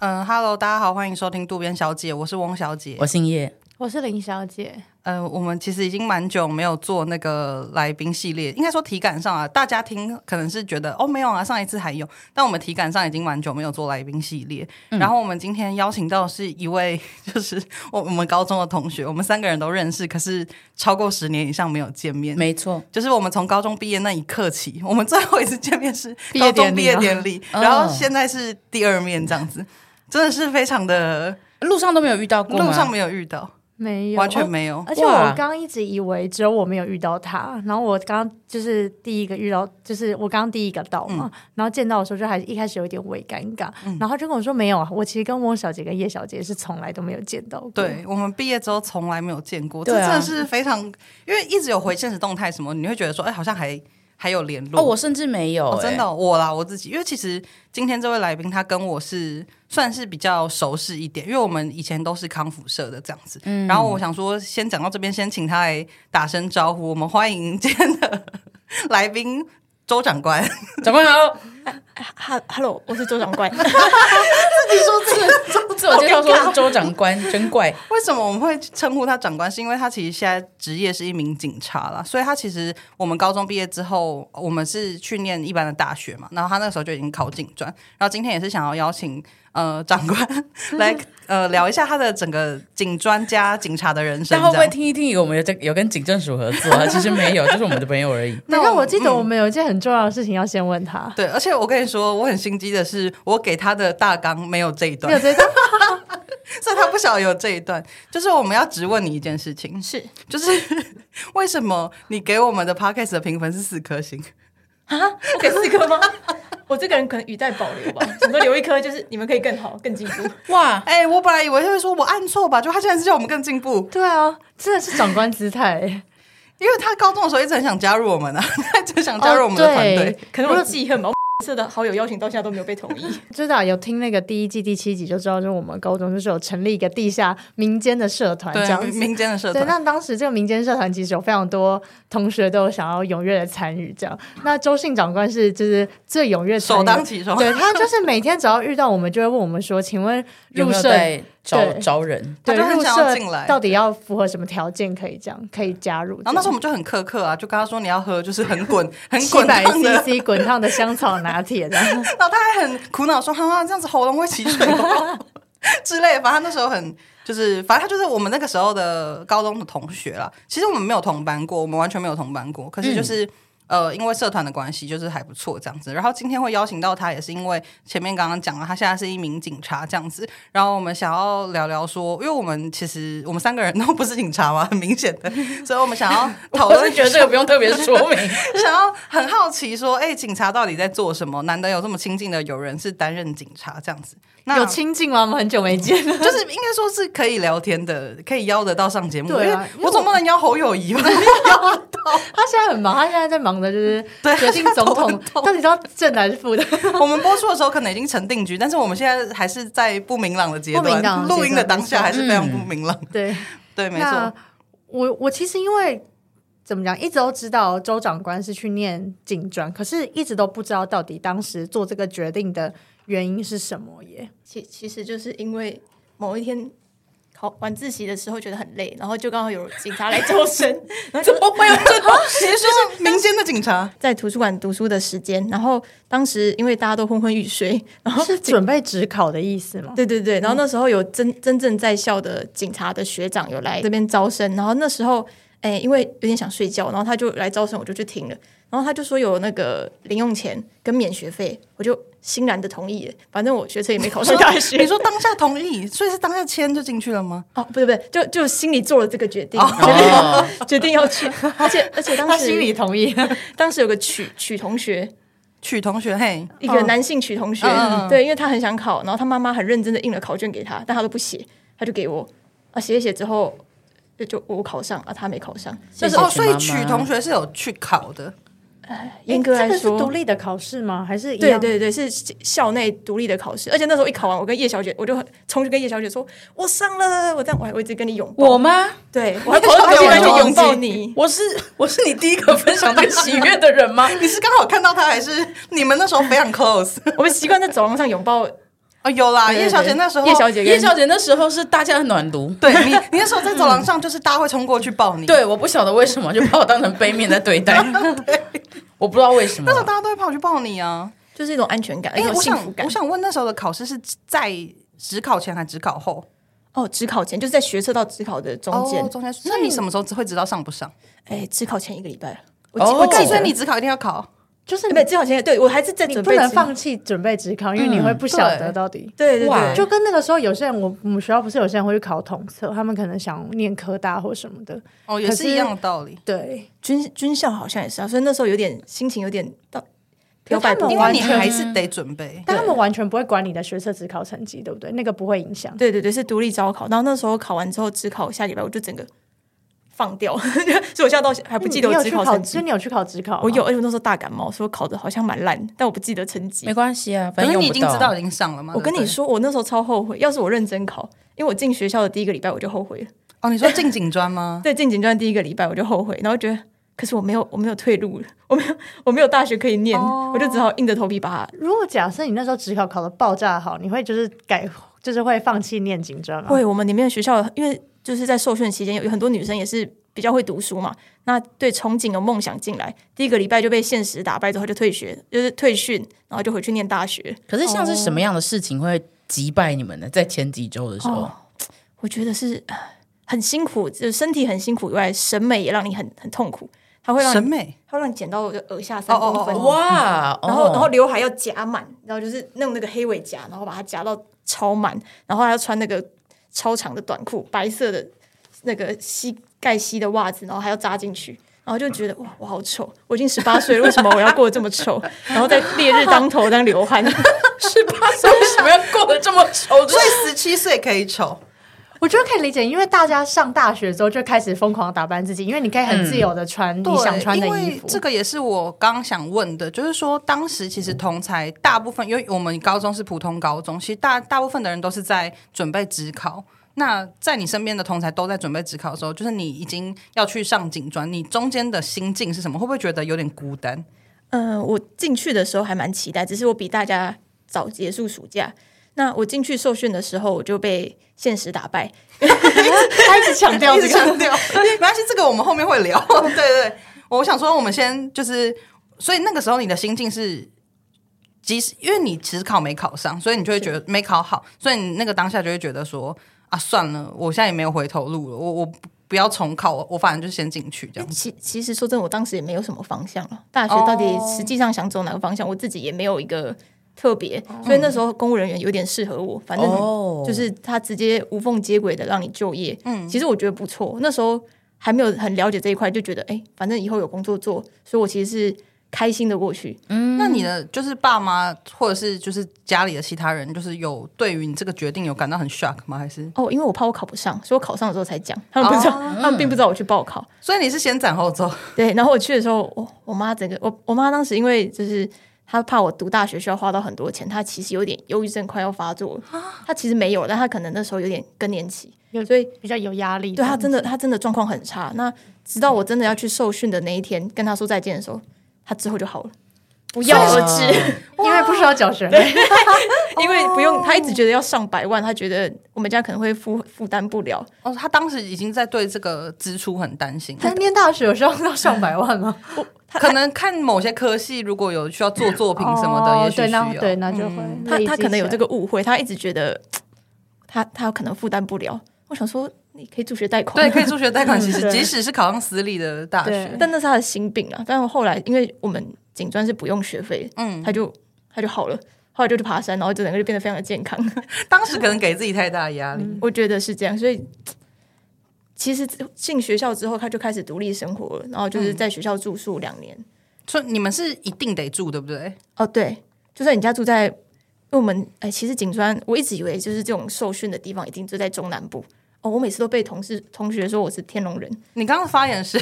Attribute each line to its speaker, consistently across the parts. Speaker 1: 嗯，Hello，大家好，欢迎收听渡边小姐，我是翁小姐
Speaker 2: 我。姓叶，
Speaker 3: 我是林小姐，
Speaker 1: 呃，我们其实已经蛮久没有做那个来宾系列，应该说体感上啊，大家听可能是觉得哦没有啊，上一次还有，但我们体感上已经蛮久没有做来宾系列。
Speaker 3: 嗯
Speaker 1: 然后我们今天邀请到的是一位， 就是我我们高中的同学，我们三个人都认识，可是超过十年以上没有见面。
Speaker 2: 没错，
Speaker 1: 就是我们从高中毕业那一刻起，我们最后一次见面是
Speaker 3: 毕
Speaker 1: 高
Speaker 3: 业
Speaker 1: 中
Speaker 3: 典
Speaker 1: 毕
Speaker 3: 礼
Speaker 1: 业
Speaker 3: 啊
Speaker 1: 典礼，
Speaker 2: 哦
Speaker 1: 然后现在是第二面这样子，真的是非常的
Speaker 2: 路上都没有遇到过吗？
Speaker 1: 路上没有遇到，
Speaker 3: 没有，
Speaker 1: 完全没有。
Speaker 3: 而且我
Speaker 2: 哇
Speaker 3: 刚刚一直以为只有我没有遇到他，然后我刚刚就是第一个遇到，就是我刚刚第一个到嘛，
Speaker 1: 嗯
Speaker 3: 然后见到的时候就还一开始有点微尴尬，然后他就跟我说没有啊，我其实跟翁小姐跟叶小姐是从来都没有见到过，
Speaker 1: 对我们毕业之后从来没有见过，这
Speaker 2: 对啊
Speaker 1: 真的是非常，因为一直有回现实动态什么，你会觉得说，哎，好像还还有联络。
Speaker 2: 哦，我甚至没有、
Speaker 1: 哦真的
Speaker 2: 哎
Speaker 1: 哦、我啦，我自己，因为其实今天这位来宾他跟我是算是比较熟识一点，因为我们以前都是康复社的这样子。
Speaker 2: 嗯
Speaker 1: 然后我想说，先讲到这边，先请他来打声招呼，我们欢迎今天的 来宾周长官。
Speaker 2: 长官好，
Speaker 4: 哈，Hello，我是周长 官。
Speaker 2: 自己说自自我介绍说是周长官，真怪。
Speaker 1: 为什么我们会称呼他长官？是因为他其实现在职业是一名警察啦，所以他其实我们高中毕业之后，我们是去念一般的大学嘛，然后他那个时候就已经考警专，然后今天也是想要邀请呃长官 来呃聊一下他的整个警专加警察的人生
Speaker 2: 大家会不
Speaker 1: 这
Speaker 2: 会
Speaker 1: 样。
Speaker 2: 听一听，以为我们有在有跟警政署合作 啊？其实没有，就是我们的朋友而已。
Speaker 3: 等一下。那我记得我们有一件很重要的事情要先问他，
Speaker 1: 嗯对，而且我跟你说，我很心机的是，我给他的大纲没有这一
Speaker 3: 没
Speaker 1: 段
Speaker 3: 有，这个
Speaker 1: 所以他不晓得有这一段。就是我们要直问你一件事情，
Speaker 4: 是
Speaker 1: 就是 为什么你给我们的 podcast 的评分是四颗星？
Speaker 4: 啊，我给四颗吗？ 我这个人可能语带保留吧，想说留一颗，就是你们可以更好、更进步。
Speaker 2: 哇，
Speaker 1: 哎、我本来以为他会说我按错吧，就他竟然是叫我们更进步，
Speaker 3: 对啊，真的是长官姿态、欸
Speaker 1: 因为他高中的时候一直很想加入我们啊， 他一直想 加入我们的
Speaker 3: 哦
Speaker 1: 团队。
Speaker 3: 对
Speaker 4: 可能我记恨吧，我社的好友邀请到现在都没有被同意。
Speaker 3: 知道啊有听那个第一季第七集就知道，就是我们高中就是有成立一个地下民间的社团这
Speaker 1: 对
Speaker 3: 样
Speaker 1: 民
Speaker 3: 子。
Speaker 1: 民间的社
Speaker 3: 对，
Speaker 1: 团，
Speaker 3: 那当时这个民间社团其实有非常多同学都有想要踊跃的参与，这样。那周信长官是就是最踊跃参与
Speaker 1: 首
Speaker 3: 的
Speaker 1: 当其冲。
Speaker 3: 对他就是每天只要遇到我们，就会问我们说：“请问
Speaker 2: 有
Speaker 3: 入
Speaker 2: 没有
Speaker 3: 社
Speaker 2: 在招
Speaker 3: 对
Speaker 2: 招人？
Speaker 1: 他
Speaker 3: 对
Speaker 1: 就很
Speaker 3: 入
Speaker 1: 想要进来
Speaker 3: 社到底要符合什么条件可以这样可以加入？”
Speaker 1: 然后那时候我们就很苛刻啊，就跟他说你要喝就是很 滚、很
Speaker 3: 七
Speaker 1: 滚
Speaker 3: 百
Speaker 1: 烫的，然
Speaker 3: CC 滚烫的香草拿铁这样。
Speaker 1: 后他还很苦恼说，哈、啊，这样子喉咙会起水泡 之类的。反正他那时候很就是，反正他就是我们那个时候的高中的同学啦。其实我们没有同班过，我们完全没有同班过。可是就是。呃，因为社团的关系，就是还不错这样子。然后今天会邀请到他，也是因为前面刚刚讲了，他现在是一名警察这样子。然后我们想要聊聊说，因为我们其实我们三个人都不是警察嘛，很明显的，所以我们想要讨
Speaker 2: 我
Speaker 1: 论
Speaker 2: 是觉得这个不用特别说 明。
Speaker 1: 想要很好奇说，哎、警察到底在做什么？难得有这么亲近的友人是担任警察这样子， 那
Speaker 3: 有亲近吗？我们很久没见了。
Speaker 1: 就是应该说是可以聊天的，可以邀得到上节目。
Speaker 3: 对啊
Speaker 1: 因
Speaker 3: 因
Speaker 1: 为
Speaker 3: 为
Speaker 1: 我总不能邀侯友谊吧？
Speaker 3: 他现在很忙，他现在在忙的就是
Speaker 1: 对
Speaker 3: 决定
Speaker 1: 他现在
Speaker 3: 总
Speaker 1: 头很
Speaker 3: 统到底是要正还是负的。
Speaker 1: 我们播出的时候可能已经成定局，但是我们现在还是在不明朗的阶
Speaker 3: 不明朗
Speaker 1: 段，
Speaker 3: 的阶段
Speaker 1: 录音的当下还是非常
Speaker 2: 没
Speaker 1: 不
Speaker 2: 错
Speaker 1: 明朗。
Speaker 3: 对，
Speaker 1: 对，没
Speaker 3: 那
Speaker 1: 错，
Speaker 3: 我我其实因为怎么讲，一直都知道周长官是去念警专，可是一直都不知道到底当时做这个决定的原因是什么耶。
Speaker 4: 其其实就是因为某一天考晚自习的时候觉得很累，然后就刚好有警察来招 生，然后就
Speaker 2: 怎么会有这种？
Speaker 1: 其实就是民间的警察，
Speaker 4: 在图书馆读书的时间，然后当时因为大家都昏昏欲睡，
Speaker 1: 啊
Speaker 4: 然后
Speaker 3: 是准备职考的意思吗？
Speaker 4: 对对对，然后那时候有真真正在校的警察的学长有来这边招生，然后那时候哎，因为有点想睡觉，然后他就来招生，我就去听了，然后他就说有那个零用钱跟免学费，我就欣然的同意了，反正我学车也没考上大 学。
Speaker 1: 你说当下同意，所以是当下签就进去了吗？
Speaker 4: 哦，不对不对，就就心里做了这个决定，
Speaker 2: 哦，
Speaker 4: 决定要去，而且而且
Speaker 3: 他
Speaker 4: 当
Speaker 3: 心里
Speaker 4: 时
Speaker 3: 同意，
Speaker 4: 当时有个曲曲同学，
Speaker 1: 曲同学，嘿，
Speaker 4: 一个
Speaker 3: 哦
Speaker 4: 男性曲同学，
Speaker 1: 嗯嗯嗯
Speaker 4: 对，因为他很想考，然后他妈妈很认真的印了考卷给他，但他都不写，他就给我啊，写一写之后就就我考上啊，他没考上。
Speaker 2: 谢谢
Speaker 1: 哦，
Speaker 2: 曲
Speaker 1: 所以
Speaker 2: 妈
Speaker 1: 曲
Speaker 2: 妈
Speaker 1: 同学是有去考的，
Speaker 4: 严格来
Speaker 3: 哎这个是
Speaker 4: 说，
Speaker 3: 独立的考试吗？还是一
Speaker 4: 对
Speaker 3: 样？
Speaker 4: 对对，是校内独立的考试，而且那时候一考完，我跟叶小姐，我就很冲去跟叶小姐说，我上了，我这样我还我一直跟你拥抱，
Speaker 2: 我吗？
Speaker 4: 对我还跑到旁边去拥抱你。
Speaker 2: 我是我是你第一个分享这个喜悦的人吗？
Speaker 1: 你是刚好看到他，还是你们那时候非常 close？
Speaker 4: 我们习惯在走廊上拥抱，
Speaker 1: 哦，有啦，
Speaker 4: 对对
Speaker 1: 叶小姐那时候，
Speaker 4: 叶小姐跟，
Speaker 2: 叶小姐那时候是大家的暖炉，
Speaker 1: 对你，你那时候在走廊上，就是大家会冲过去抱你，，
Speaker 2: 对，我不晓得为什么就把我当成杯面在对待， 我不知道为什么
Speaker 1: 那时。候啊大家都会跑去抱你啊。
Speaker 4: 就是一种安全感，一
Speaker 1: 哎，
Speaker 4: 种
Speaker 1: 我
Speaker 4: 幸
Speaker 1: 想
Speaker 4: 福感
Speaker 1: 我。想问，那时候的考试是在只考前还只考后？
Speaker 4: 哦，职考前就是在学测到职考的中间
Speaker 1: 哦，中间，那你什么时候会知道上不上？
Speaker 4: 哎，职考前一个礼拜，我
Speaker 2: 哦
Speaker 4: 记我
Speaker 1: 但
Speaker 4: 记
Speaker 1: 所
Speaker 4: 得
Speaker 1: 以你只考一定要考，
Speaker 3: 就是
Speaker 4: 对，职考前对我还是在
Speaker 3: 你
Speaker 4: 准
Speaker 3: 不
Speaker 4: 备
Speaker 3: 能
Speaker 4: 职
Speaker 3: 放弃准备职考，因为你会不晓得
Speaker 1: 嗯对
Speaker 3: 到底。
Speaker 4: 对对
Speaker 2: 哇
Speaker 4: 对，
Speaker 3: 就跟那个时候，有些人我我们学校不是有些人会去考统测，他们可能想念科大或什么的。
Speaker 1: 哦，也
Speaker 3: 可
Speaker 1: 是
Speaker 3: 是
Speaker 1: 一样的道理。
Speaker 3: 对，
Speaker 4: 军军校好像也是啊，所以那时候有点心情有点到
Speaker 3: 可
Speaker 4: 摇
Speaker 3: 是他
Speaker 4: 摆
Speaker 3: 们
Speaker 4: 不定
Speaker 1: 因为
Speaker 3: 完
Speaker 1: 你
Speaker 3: 全
Speaker 1: 还是得准备，
Speaker 3: 但他们完全不会管你的学测职考成绩，对不对？那个不会影响。
Speaker 4: 对对对，是独立招考。然后那时候考完之后，只考下礼拜我就整个放掉， 所以我现在到还不记
Speaker 3: 嗯
Speaker 4: 得
Speaker 3: 你
Speaker 4: 我
Speaker 3: 有
Speaker 4: 只
Speaker 3: 去
Speaker 4: 考
Speaker 3: 考，
Speaker 4: 成
Speaker 3: 就
Speaker 4: 绩。
Speaker 3: 你有去考职考吗？
Speaker 4: 我有，而且我那时候大感冒，所以我考的好像蛮烂，但我不记得成绩
Speaker 2: 没。关系啊，反
Speaker 1: 可
Speaker 2: 正
Speaker 1: 是
Speaker 2: 用
Speaker 1: 你已
Speaker 2: 不
Speaker 1: 经
Speaker 2: 到
Speaker 1: 知道已经上了嘛。
Speaker 4: 我跟
Speaker 1: 对不
Speaker 4: 你
Speaker 1: 对，
Speaker 4: 说，我那时候超后悔。要是我认真考，因为我进学校的第一个礼拜我就后悔了。
Speaker 1: 哦，你说进警专吗？
Speaker 4: 对，进警专第一个礼拜我就后悔，然后觉得，可是我没有，我没有退路了，我没有，我没有大学可以念，
Speaker 3: 哦
Speaker 4: 我就只好硬着头皮把它
Speaker 3: 如果假设你那时候职考考的爆炸好，你会就是改，就是会放弃念警专吗？
Speaker 4: 会，我们里面的学校，因为就是在受训期间，有有很多女生也是比较会读书嘛，那对憧憬有梦想进来，第一个礼拜就被现实打败之后就退学，就是退训，然后就回去念大学。
Speaker 2: 可是像是什么样的事情会击败你们呢？在前几周的时候
Speaker 4: 哦，我觉得是唉很辛苦，就是身体很辛苦以外，审美也让你很很痛苦，它会让
Speaker 1: 审
Speaker 4: 你
Speaker 1: 美
Speaker 4: 它会让你减到我的耳下三
Speaker 1: 哦哦哦
Speaker 4: 公分，
Speaker 2: 哇，
Speaker 4: 然后
Speaker 2: 哦
Speaker 4: 然后刘海要夹满，然后就是弄那个黑尾夹，然后把它夹到超满，然后还要穿那个超长的短裤，白色的那个膝盖膝的袜子，然后还要扎进去。然后就觉得哇，我好丑！我已经十八岁了，为什么我要过得这么丑？然后在烈日当头当流汗，
Speaker 2: 十八岁 为什么要过得这么丑？
Speaker 1: 所以十七岁可以丑，
Speaker 3: 我觉得可以理解，因为大家上大学之后就开始疯狂打扮自己，因为你可以很自
Speaker 4: 嗯
Speaker 3: 由的穿你想穿的
Speaker 1: 对因
Speaker 3: 衣
Speaker 1: 为
Speaker 3: 服。
Speaker 1: 这个也是我刚想问的，就是说当时其实同才大部分，因为我们高中是普通高中，其实大大部分的人都是在准备职考。那在你身边的同才都在准备职考的时候，就是你已经要去上警专，你中间的心境是什么？会不会觉得有点孤单？
Speaker 4: 嗯，我进去的时候还蛮期待，只是我比大家早结束暑假。那我进去受训的时候，我就被现实打败，
Speaker 3: 他一直强调
Speaker 1: 一
Speaker 3: 这
Speaker 1: 直
Speaker 3: 个，
Speaker 1: 强调， 没关系，这个我们后面会聊。 对对，我想说，我们先就是，所以那个时候你的心境是，即使因为你其实考没考上，所以你就会觉得没考好，所以你那个当下就会觉得说啊，算了，我现在也没有回头路了，我我不不要重考，我我反正就先进去这样。
Speaker 4: 其其实说真的，我当时也没有什么方向了。大学到底实际上想走哪个方向，我自己也没有一个特别，所以那时候公务人员有点适合我。反正
Speaker 2: 哦
Speaker 4: 就是他直接无缝接轨的让你就业，嗯，其实我觉得不错。那时候还没有很了解这一块，就觉得哎、反正以后有工作做，所以我其实是开心的过去。
Speaker 1: 那你的就是爸妈或者是就是家里的其他人，就是有对于你这个决定有感到很 shock 吗？还是
Speaker 4: 哦，因为我怕我考不上，所以我考上的时候才讲，他们不知道，他们并不知道我去报考。
Speaker 1: 所以你是先斩后 奏？
Speaker 4: 对，然后我去的时候，我我妈整个我我妈当时因为就是她怕我读大学需要花到很多钱，她其实有点忧郁症快要发作了。
Speaker 1: 啊
Speaker 4: 她其实没有，但她可能那时候有点更年期，
Speaker 3: 有
Speaker 4: 所以
Speaker 3: 比较有压 力。
Speaker 4: 对她真的她真的状况很差。那直到我真的要去受训的那一天，跟她说再见的时候，她之后就好了。不药而治，
Speaker 3: 因为不需要缴学费，
Speaker 4: 因为不用，她一直
Speaker 1: 哦
Speaker 4: 觉得要上百万，她觉得我们家可能会负负担不了，
Speaker 1: 哦，他当时已经在对这个支出很担心了。
Speaker 3: 但念大学有需要到上百万 吗？
Speaker 1: 可能看某些科系，如果有需要做作品什么的，
Speaker 3: 哦
Speaker 1: 也许
Speaker 3: 对，
Speaker 1: 需要
Speaker 3: 那。对那就会
Speaker 1: 嗯
Speaker 4: 他他可能有这
Speaker 3: 个
Speaker 4: 个误会，他一直觉得他他可能负担不了。我想说，你可以助学贷 款，
Speaker 1: 对，可以助学贷
Speaker 2: 嗯
Speaker 1: 款。其实
Speaker 3: 对
Speaker 1: 即使是考上私立的大学
Speaker 3: 对，
Speaker 4: 但那是他的心病啊。但是后来，因为我们警专是不用学费，嗯，他就他就好了。后来就去爬山，然后整个就变得非常的健康。
Speaker 1: 当时可能给自己太大压
Speaker 2: 嗯
Speaker 1: 力。
Speaker 4: 我觉得是这样，所以其实进学校之后，他就开始独立生活了，然后就是在学校住宿两年。
Speaker 1: 所以你们是一定得住，对不对？
Speaker 4: 哦，对，就算你家住在，因为我们哎，其实景川，我一直以为就是这种受训的地方一定就在中南部。哦，我每次都被同事同学说我是天龙人，
Speaker 1: 你刚刚的发言是，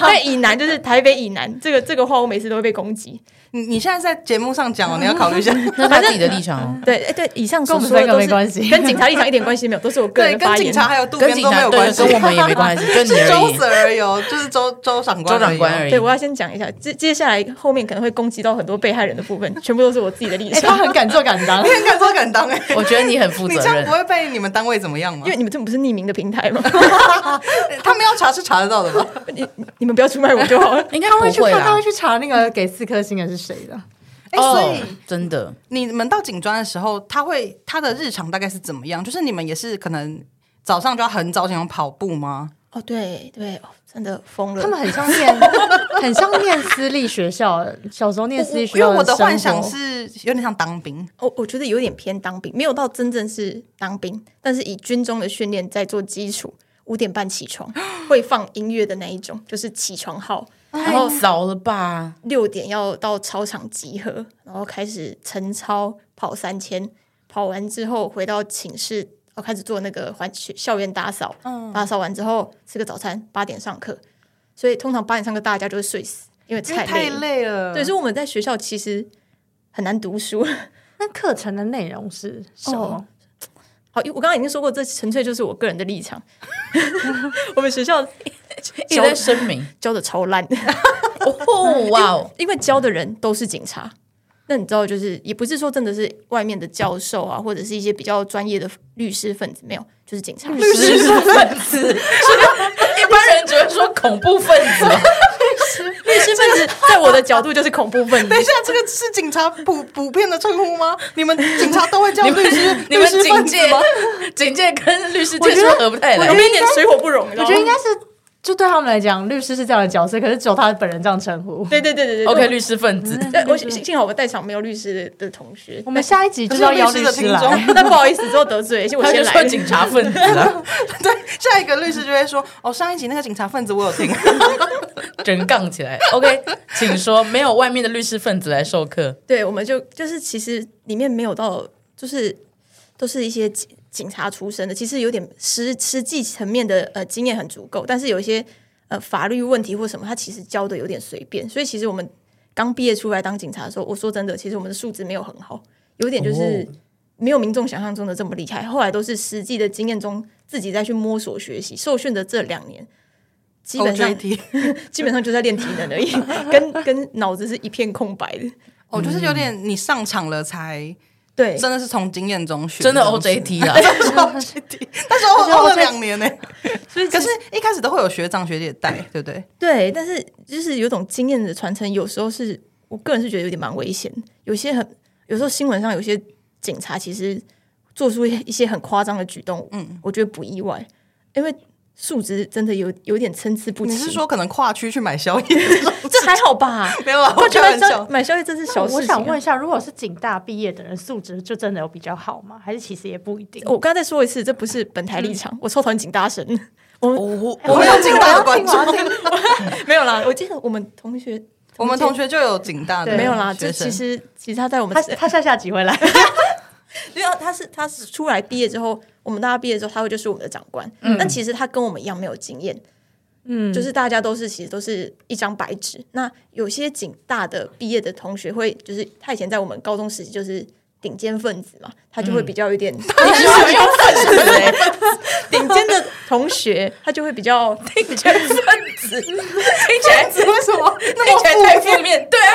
Speaker 4: 但以南就是台北以南，这个这个话我每次都会被攻击。
Speaker 1: 你你现在在节目上讲哦，你要考虑一 下。
Speaker 2: 那他自己的立场哦，
Speaker 4: 对，哎对，以上
Speaker 3: 跟
Speaker 4: 所
Speaker 3: 我们
Speaker 4: 说的
Speaker 3: 三个
Speaker 4: 都
Speaker 3: 没
Speaker 4: 是
Speaker 3: 关系
Speaker 4: 跟警察立场一点关系没有，都是我个
Speaker 1: 对，
Speaker 4: 人
Speaker 1: 跟
Speaker 4: 发言
Speaker 1: 警。察还有渡
Speaker 2: 跟
Speaker 1: 边
Speaker 2: 警
Speaker 1: 都没
Speaker 2: 察
Speaker 1: 有
Speaker 2: 对
Speaker 1: 关系，
Speaker 2: 跟我们也没 关系，就你
Speaker 1: 是
Speaker 2: 而
Speaker 1: 周
Speaker 2: 已
Speaker 1: 子，而已哦， 就是周周长官，哦
Speaker 2: 州长官而已
Speaker 4: 对，我要先讲一下，接接下来后面可能会攻击到很多被害人的部分，全部都是我自己的立
Speaker 3: 哎，他
Speaker 4: 场，
Speaker 3: 很敢做敢 当
Speaker 1: 你，很敢做敢当哎、
Speaker 2: 我觉得你很负
Speaker 1: 你
Speaker 2: 责
Speaker 1: 这样
Speaker 2: 任
Speaker 1: 不。会被你们单位怎么样吗
Speaker 4: 因？为你们这不是匿名的平台吗？
Speaker 1: 他们要查是查得到的吧？
Speaker 4: 你你们不要出卖我就好了。
Speaker 2: 应该
Speaker 3: 他会去
Speaker 2: 不会
Speaker 3: 看，他
Speaker 2: 啦哦
Speaker 3: 会。去查那个给四颗星的是谁的。
Speaker 1: 哎、所以
Speaker 2: 真的，
Speaker 1: 你们到警专的时候，他会他的日常大概是怎么样？就是你们也是可能早上就要很早起床跑步吗？
Speaker 4: 哦，对对，哦真的疯了。
Speaker 3: 他们很像 念，很像念私立学校，小时候念私
Speaker 1: 我
Speaker 3: 立
Speaker 1: 因
Speaker 3: 学
Speaker 1: 为
Speaker 3: 校
Speaker 1: 我
Speaker 3: 的
Speaker 1: 的
Speaker 3: 生
Speaker 1: 幻想
Speaker 3: 活
Speaker 1: 是有点像当兵，
Speaker 4: 我我觉得有点偏当兵，没有到真正是当兵，但是以军中的训练在做基础。五点半起床，会放音乐的那一种，就是起床号。然后
Speaker 2: 太早了吧？
Speaker 4: 六点要到操场集合，然后开始晨操跑三千，跑完之后回到寝室，哦，开始做那个环学校园打扫。打扫完之后吃个早餐，八点上课。所以通常八点上课大家就会睡死，因为
Speaker 1: 因为
Speaker 4: 太
Speaker 1: 太
Speaker 4: 累了。
Speaker 1: 累了。
Speaker 4: 对，所以我们在学校其实很难读书。
Speaker 3: 那课程的内容是什么
Speaker 4: 哦？好，因为我刚刚已经说过，这纯粹就是我个人的立场。 我们学校
Speaker 2: 一直在声明
Speaker 4: 教的超烂，
Speaker 2: 哦，哇哦，
Speaker 4: 因为教的人都是警察。那你知道，就是也不是说真的是外面的教授啊，或者是一些比较专业的律师分子，没有，就是警察。
Speaker 2: 律师分子， 一般人只会说恐怖分子吧，
Speaker 4: 律师分子在我的角度就是恐怖分子
Speaker 1: 等。一下，这个是警察普普遍的称呼吗？你们警察都会叫律师？
Speaker 2: 你
Speaker 1: 律
Speaker 2: 们
Speaker 1: 师
Speaker 2: 警
Speaker 1: 分子
Speaker 2: 戒
Speaker 1: 吗？
Speaker 2: 警戒跟律师
Speaker 3: 我
Speaker 2: 界
Speaker 3: 觉
Speaker 2: 是
Speaker 3: 得
Speaker 2: 合不太
Speaker 4: 我
Speaker 2: 来
Speaker 4: 们。一点水火不容，我
Speaker 3: 我觉得应该是，就对他们来讲，律师是这样的角色，可是只有他本人这样称呼。
Speaker 4: 对对对对 对
Speaker 2: OK，律师分子，
Speaker 4: 对我幸幸好我在场没有律师的的同学
Speaker 3: 我，们下一集就要邀律
Speaker 1: 可是律
Speaker 3: 师啊
Speaker 1: 师的听
Speaker 3: 来
Speaker 1: 众。
Speaker 4: 但不好意思，之后得罪，是我
Speaker 2: 他
Speaker 4: 先
Speaker 2: 就
Speaker 4: 来
Speaker 2: 说
Speaker 4: 的。
Speaker 2: 警察分子 啊，
Speaker 1: 对，下一个律师就会说：“哦，上一集那个警察分子我有听。
Speaker 2: 人杠起来。OK，请说，没有外面的律师分子来授课，
Speaker 4: 对，我们就就是其实里面没有到，就是都是一些警警察出身的，其实有点实实际层面的呃经验很足够，但是有一些呃法律问题或什么，他其实教的有点随便，所以其实我们刚毕业出来当警察的时候，我说真的，其实我们的素质没有很好，有点就是
Speaker 2: 哦
Speaker 4: 没有民众想象中的这么厉害，后来都是实际的经验中自己再去摸索学习，受训的这两年。”基
Speaker 1: 哦
Speaker 4: 本上
Speaker 1: OJT
Speaker 4: 基本上就在练体能而已，跟跟脑子是一片空白的。
Speaker 1: 哦，就是有点你上场了才
Speaker 4: 对，
Speaker 1: 真的是从经验中学，
Speaker 2: 真的
Speaker 1: 这样子
Speaker 2: OJT 啊，
Speaker 1: 但是我
Speaker 3: 我觉得
Speaker 1: 熬了
Speaker 3: OJT
Speaker 1: 两年呢、可是一开始都会有学长学姐带，对不对？
Speaker 4: 对，但是就是有种经验的传承，有时候是我个人是觉得有点蛮危险的。有些很，有时候新闻上有些警察其实做出一些很夸张的举动，嗯，我觉得不意外，因为素质真的有有点参差不齐。
Speaker 1: 你是说可能跨区去买宵夜 这种？
Speaker 4: 这还好吧？
Speaker 1: 没有啦，我
Speaker 4: 我觉
Speaker 1: 开玩
Speaker 4: 得
Speaker 1: 笑。
Speaker 4: 买宵夜真是小事情啊、
Speaker 3: 我想问一下，如果是警大毕业的人，素质就真的有比较好吗？还是其实也不一定？
Speaker 4: 我刚才再说一次，这不是本台立
Speaker 1: 嗯
Speaker 4: 场，我超讨厌警大神。我们、
Speaker 2: 我
Speaker 1: 我们有警大的观众，
Speaker 4: 没有啦，我记得我们同学
Speaker 1: 我们同学就有警大的，
Speaker 3: 对
Speaker 4: 没有啦，
Speaker 1: 学
Speaker 4: 这
Speaker 1: 生
Speaker 4: 其实其实他在我们
Speaker 3: 他他下下集会来，
Speaker 4: 因为他是他是出来毕业之后，我们大家毕业之后，他会就是我们的长官。但其实他跟我们一样没有经验，
Speaker 3: 嗯，
Speaker 4: 就是大家都是其实都是一张白纸。那有些警大的毕业的同学会，就是他以前在我们高中时期就是顶尖分子嘛，他就会比较有点顶尖的同学，他就会比较
Speaker 2: 警察分子，听起来
Speaker 1: 为什么
Speaker 2: 听起来太负面，对啊，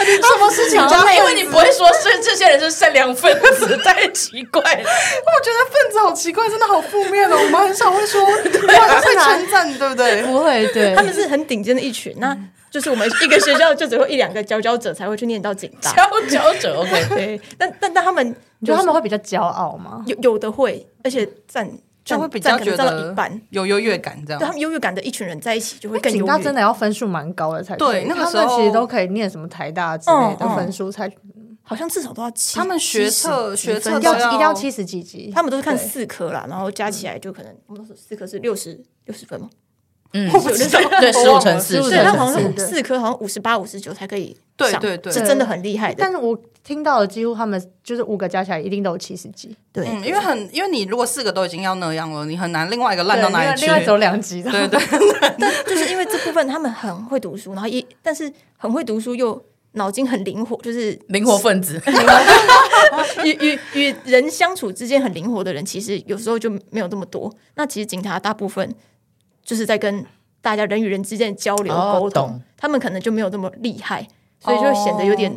Speaker 1: 什么事情
Speaker 2: 然
Speaker 1: 加
Speaker 2: 后
Speaker 1: 分
Speaker 2: 因为你不会说是这些人是善良分子，太奇怪了。
Speaker 1: 我觉得分子好奇怪，真的好负面哦。我们很少会 说，哇，会称赞，对不对？
Speaker 3: 不会对
Speaker 4: 他们是很顶尖的一群。那就是我们一个学校就只会一两个佼佼者才会去念到警 大。
Speaker 2: 佼佼者，OK，
Speaker 4: 对，但但但他们，
Speaker 3: 你觉得他们会比较骄傲吗？
Speaker 4: 有有的会，而且占
Speaker 1: 就
Speaker 4: 占
Speaker 1: 会比较
Speaker 4: 占可
Speaker 1: 觉
Speaker 4: 能占到
Speaker 1: 得
Speaker 4: 一半。
Speaker 1: 有优越感这样
Speaker 4: 对他。们优越感的一群人在一起，就会更
Speaker 3: 警
Speaker 4: 优
Speaker 3: 大
Speaker 4: 越。
Speaker 3: 真的要分数蛮高的才可以
Speaker 1: 对那个时候
Speaker 3: 他们其实都可以念什么台大之类的
Speaker 4: 嗯嗯
Speaker 3: 分数才
Speaker 4: 好像至少都要七。
Speaker 1: 他们学测
Speaker 4: 70
Speaker 1: 学测
Speaker 4: 分
Speaker 1: 都
Speaker 3: 要
Speaker 1: 要
Speaker 3: 一定要七十几级。
Speaker 4: 他们都是看
Speaker 3: 对
Speaker 4: 四科啦，然后加起来就可能我们那时候四科是六十六十分嘛，
Speaker 2: 嗯，
Speaker 1: 我不知道
Speaker 2: 对，
Speaker 1: 我
Speaker 2: 十五
Speaker 1: 忘了
Speaker 2: 乘四，
Speaker 3: 15
Speaker 2: 15
Speaker 4: 对，
Speaker 3: 乘
Speaker 4: 他
Speaker 2: 乘
Speaker 4: 好像
Speaker 2: 四
Speaker 3: 是
Speaker 4: 是四科好像五十八五十九才可以
Speaker 1: 对
Speaker 4: 上
Speaker 1: 对对
Speaker 4: 是真的很厉害
Speaker 3: 但
Speaker 4: 的。
Speaker 3: 是我听到的几乎他们就是五个加起来一定都有七十几，
Speaker 4: 对，
Speaker 1: 嗯，因为很，因为你如果四个都已经要那样了，你很难另外一个烂到
Speaker 3: 对
Speaker 1: 哪
Speaker 3: 另外
Speaker 1: 里去
Speaker 3: 另。外走两级的，
Speaker 1: 对对，
Speaker 4: 就是因为这部分他们很会读书，然后也但是很会读书又脑筋很灵活，就是
Speaker 2: 灵活分子，
Speaker 4: 与与与人相处之间很灵活的人，其实有时候就没有那么多。那其实警察大部分就是在跟大家人与人之间的交流
Speaker 2: 哦
Speaker 4: 沟通，
Speaker 2: 懂
Speaker 4: 他们可能就没有那么厉害，所以就会显得有点、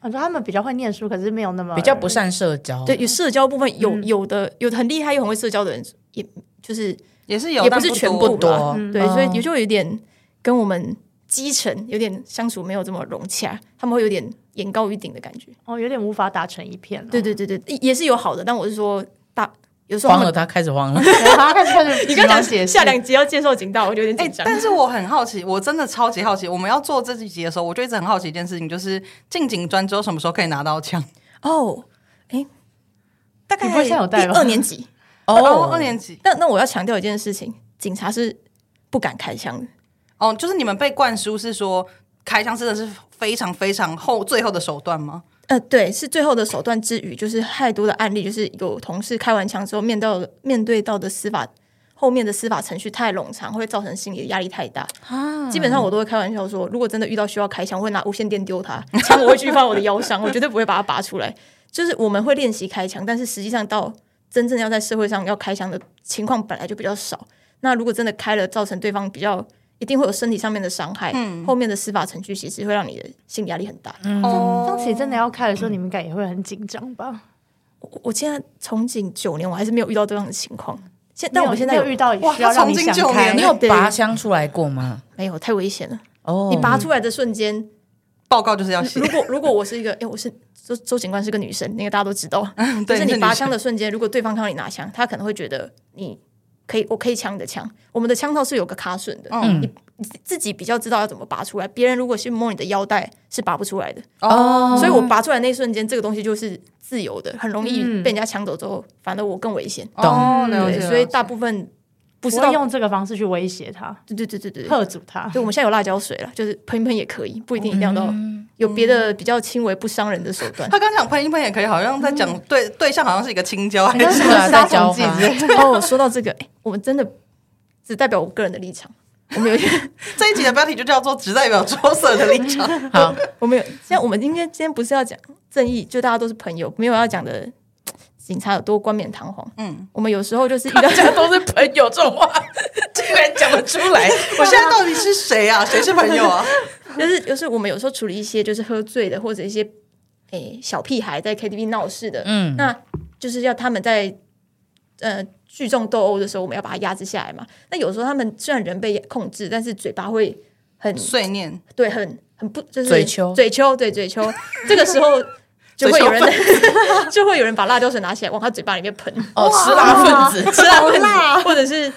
Speaker 3: 我啊说他们比较会念书，可是没有那么
Speaker 2: 比较不善社交。
Speaker 4: 对。有社交部分有、有的有的很厉害又很会社交的人，也就是
Speaker 1: 也是有，
Speaker 4: 也
Speaker 1: 但
Speaker 4: 不是全
Speaker 1: 不
Speaker 4: 部
Speaker 1: 多
Speaker 4: 啦
Speaker 2: 不多嗯
Speaker 4: 对，
Speaker 2: 嗯
Speaker 4: 所以也就有点跟我们基层有点相处没有这么融洽，他们会有点眼高于顶的感觉。
Speaker 3: 哦，有点无法打成一片了。
Speaker 4: 对对对对，也是有好的，但我是说大有时候他
Speaker 2: 慌了，
Speaker 4: 们
Speaker 2: 他开始慌了。
Speaker 3: 对， 他开始开始
Speaker 4: 你刚
Speaker 3: 急忙
Speaker 4: 讲
Speaker 3: 解释
Speaker 4: 下两集要介绍警道，我就有点
Speaker 1: 哎、
Speaker 4: 紧张。
Speaker 1: 但是我很好奇，我真的超级好奇，我们要做这一集的时候，我就一直很好奇一件事情，就是进警专之后什么时候可以拿到枪？
Speaker 4: 哦，哎，大概
Speaker 3: 你不会现在有带
Speaker 4: 第
Speaker 3: 吧
Speaker 4: 二年级。
Speaker 1: 哦，二年级
Speaker 4: 那那我要强调一件事情，警察是不敢开枪的。
Speaker 1: 哦，就是你们被灌输是说开枪真的是非常非常后最后的手段吗？
Speaker 4: 呃，对，是最后的手段之余，就是太多的案例，就是有同事开完枪之后，面到面对到的司法后面的司法程序太冗长，会造成心理的压力太大。基本上我都会开玩笑说，如果真的遇到需要开枪，我会拿无线电丢他，枪我会去放我的腰伤，我绝对不会把它拔出来。就是我们会练习开枪，但是实际上到真正要在社会上要开枪的情况本来就比较少。那如果真的开了，造成对方比较一定会有身体上面的伤害，后面的司法程序其实会让你的心理压力很大。
Speaker 1: 哦，
Speaker 3: 当时真的要开的时候，你们应该也会很紧张吧？
Speaker 4: 我我现在从警九年，我还是没有遇到这样的情况。现
Speaker 3: 没
Speaker 4: 但
Speaker 3: 有
Speaker 4: 我现在有
Speaker 3: 没有遇到
Speaker 1: 哇
Speaker 3: 需要让你想
Speaker 1: 他从
Speaker 3: 开
Speaker 1: 经
Speaker 2: 你
Speaker 1: 就
Speaker 2: 有
Speaker 4: 对
Speaker 2: 拔枪出来过吗？
Speaker 4: 没有太危险了。
Speaker 2: 哦，
Speaker 4: 你拔出来的瞬间，
Speaker 1: 报告就是要写
Speaker 4: 如，果如果我是一个，哎、我是周周警官是个女生，那个大家都知道。就
Speaker 1: 对
Speaker 4: 是你
Speaker 1: 女
Speaker 4: 拔
Speaker 1: 生
Speaker 4: 枪的瞬间，如果对方看到你拿枪，他可能会觉得你可以，我可以抢你的枪。我们的枪套是有个卡榫的，
Speaker 1: 嗯
Speaker 4: 你你自自己比较知道要怎么拔出来。别人如果去摸你的腰带，是拔不出来的。
Speaker 1: 哦，
Speaker 4: 所以我拔出来那一瞬间，这个东西就是自由的，很容易
Speaker 3: 嗯
Speaker 4: 被人家抢走之后，反而我更危险。
Speaker 1: 哦，了解，
Speaker 4: 对，所以
Speaker 1: 了解
Speaker 4: 大部分不
Speaker 3: 不
Speaker 4: 知
Speaker 3: 会
Speaker 4: 道
Speaker 3: 用这个方式去威胁他、
Speaker 4: 对对对对对。
Speaker 3: 喝阻他。
Speaker 4: 对，我们现在有辣椒水了，就是喷一喷也可以，不一定一定要到有别的比较轻微不伤人的手 段。
Speaker 1: 他刚讲喷一喷也可以，好像在讲对对象，好像是一个哎青椒还
Speaker 3: 你
Speaker 1: 是
Speaker 3: 看
Speaker 2: 是
Speaker 3: 什么
Speaker 2: 啊
Speaker 3: 杀
Speaker 2: 在教
Speaker 3: 虫剂
Speaker 2: 他
Speaker 3: 之类的
Speaker 4: 哦，说到这个，哎我们真的只代表我个人的立场，我们有一些，
Speaker 1: 这一集的标题就叫做“只代表周 Sir 的立场
Speaker 2: 好，
Speaker 4: 我们有，像我们今天今天不是要讲正义，就大家都是朋友，没有要讲的警察有多冠冕堂皇。嗯，我们有时候就是遇到
Speaker 2: 大家都是朋友，这种话竟然讲得出来，”。
Speaker 1: 我现在到底是谁啊？谁是朋友啊？
Speaker 4: 就是就是我们有时候处理一些就是喝醉的或者一些诶、小屁孩在 KTV 闹事的，
Speaker 2: 嗯
Speaker 4: 那就是要他们在呃聚众斗殴的时候，我们要把它压制下来嘛。那有时候他们虽然人被控制，但是嘴巴会很
Speaker 1: 碎念，
Speaker 4: 对，很很不就是
Speaker 2: 嘴丘
Speaker 4: 嘴丘对嘴丘，这个时候就会有人
Speaker 1: 嘴
Speaker 4: 就会有人把辣椒水拿起来往他嘴巴里面喷，
Speaker 2: 哦，吃辣分子，
Speaker 4: 吃辣分子，或者是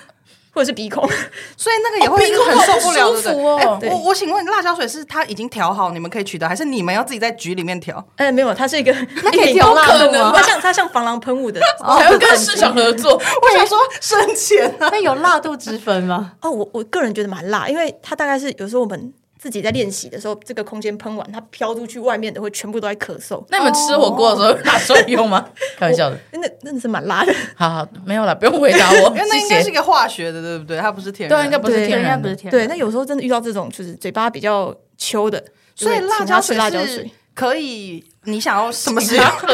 Speaker 4: 或者是鼻孔。
Speaker 1: 所以那个也会很受不了，
Speaker 2: 哦鼻孔好
Speaker 1: 对
Speaker 2: 不
Speaker 1: 不
Speaker 2: 舒服
Speaker 1: 对？哎
Speaker 2: 哦
Speaker 1: 我我请问，辣椒水是他已经调好，你们可以取得，还是你们要自己在局里面调？
Speaker 4: 哎，没有，它是一个那
Speaker 3: 可以挑辣
Speaker 2: 度吗
Speaker 4: 它像它像防狼喷雾的
Speaker 2: 还要跟市场合作，
Speaker 1: 我想说生前啊，
Speaker 3: 那有辣度之分吗？
Speaker 4: 哦，我我个人觉得蛮辣，因为它大概是有时候我们自己在练习的时候，这个空间喷完，它飘出去外面的会全部都在咳嗽，
Speaker 2: 那你们吃火锅的时候拿手用吗？开玩笑的，
Speaker 4: 那那是蛮辣的。
Speaker 2: 好好，没有了，不用回答我
Speaker 1: 因为，那应该是
Speaker 2: 谢
Speaker 1: 一
Speaker 2: 谢。
Speaker 1: 个化学的，对不对？它不是天然，
Speaker 2: 对啊，应该不是
Speaker 4: 对
Speaker 2: 天
Speaker 3: 应该
Speaker 2: 然
Speaker 3: 不
Speaker 2: 的
Speaker 3: 是，天
Speaker 4: 对，
Speaker 3: 然
Speaker 4: 那有时候真的遇到这种就是嘴巴比较秋的，
Speaker 1: 所以
Speaker 4: 就会
Speaker 1: 辣
Speaker 4: 请
Speaker 1: 椒
Speaker 4: 他吃
Speaker 1: 水
Speaker 4: 辣椒
Speaker 1: 是
Speaker 4: 水。
Speaker 1: 可以，你想要什么时候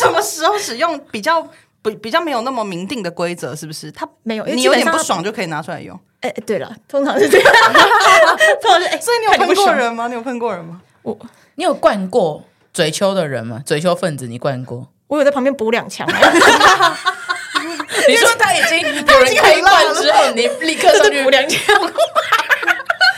Speaker 1: 什么时候使用比较比比较没有那么明定的规则，是不是？它
Speaker 4: 没有因为
Speaker 1: 你
Speaker 4: 基
Speaker 1: 有
Speaker 4: 本
Speaker 1: 点
Speaker 4: 上
Speaker 1: 不
Speaker 4: 它
Speaker 1: 爽就可以拿出来用。
Speaker 4: 哎，哎对了，通常是这样，通常是哎，
Speaker 1: 所以你有
Speaker 4: 看
Speaker 1: 喷
Speaker 4: 不
Speaker 1: 过
Speaker 4: 爽？
Speaker 1: 人吗？你有喷过人吗？
Speaker 4: 我
Speaker 2: 你有灌过嘴丘的人吗？嘴丘分子，你灌过？
Speaker 4: 我有在旁边补两枪，啊
Speaker 2: 你说他已经有人开罐之后，你立刻上去
Speaker 4: 补两枪。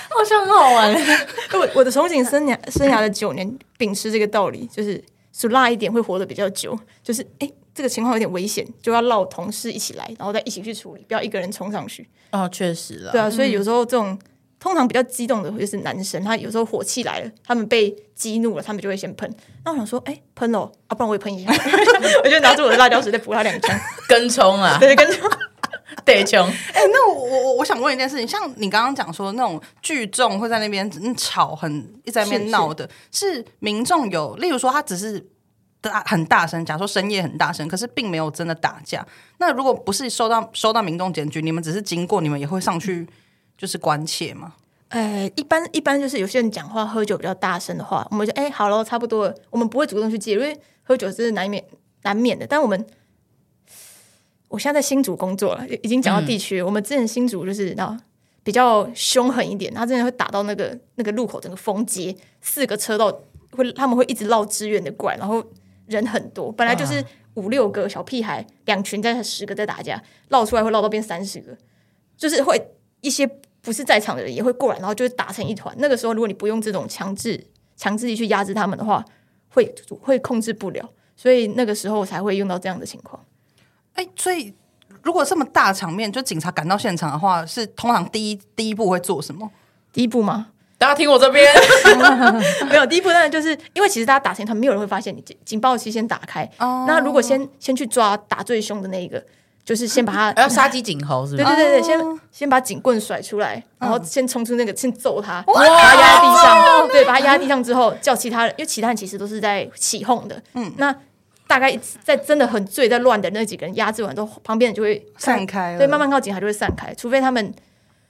Speaker 3: 好像很好玩。
Speaker 4: 我我的从警生涯生涯的九年，秉持这个道理，就是数辣一点会活得比较久。就是哎、诶这个情况有点危险，就要绕同事一起来，然后再一起去处理，不要一个人冲上去。
Speaker 2: 哦，确实了，
Speaker 4: 对啊，所以有时候这种通常比较激动的就是男生，他有时候火气来了，他们被激怒了，他们就会先喷。那我想说，哎、喷了哦，啊，不然我也喷一下，我就拿出我的辣椒水再补他两枪。
Speaker 2: 跟冲啊，
Speaker 4: 对，跟着
Speaker 2: 对冲，
Speaker 1: 哎、那我我我想问一件事情，像你刚刚讲说那种聚众会在那边嗯吵，很一直在那边闹的，是民众有，例如说他只是大很大声，假如说深夜很大声，可是并没有真的打架。那如果不是收到收到民众检举，你们只是经过，你们也会上去就是关切吗？
Speaker 4: 哎，一般一般就是有些人讲话喝酒比较大声的话，我们就哎好了，差不多了，我们不会主动去戒，因为喝酒是难免难免的。但我们我现在在新竹工作了，已经讲到地区了、我们之前新竹就是然后比较凶狠一点，他真的会打到那个那个路口整个封街，四个车道会他们会一直绕支援的过来，然后人很多，本来就是五六个小屁孩，两群在十个在打架，绕出来会绕到变三十个，就是会一些不是在场的人也会过来，然后就会打成一团。那个时候，如果你不用这种强制强制力去压制他们的话，会会控制不了，所以那个时候才会用到这样的情况。
Speaker 1: 哎，所以如果这么大场面，就警察赶到现场的话，是通常第一第一步会做什么？
Speaker 4: 第一步吗？
Speaker 2: 大家听我这边，
Speaker 4: 没有，第一步当然就是因为其实大家打成一团，没有人会发现你警警报器先打开。那如果先先去抓打最凶的那一个，就是先把他 嗯
Speaker 2: 要杀鸡儆猴是
Speaker 4: 对
Speaker 2: 吧？
Speaker 4: 对对对，
Speaker 1: 哦
Speaker 4: 先先把警棍甩出来，然后先冲出那个，先揍他，把
Speaker 1: 哇
Speaker 4: 他压在地
Speaker 1: 啊
Speaker 4: 上，对，把他压在地上之后，叫其他人，因为其他人其实都是在起哄的，嗯，那大概在真的很醉在乱的那几个人压制完之后，旁边人就会
Speaker 1: 散开了，
Speaker 4: 对，慢慢靠警察就会散开，除非他们哎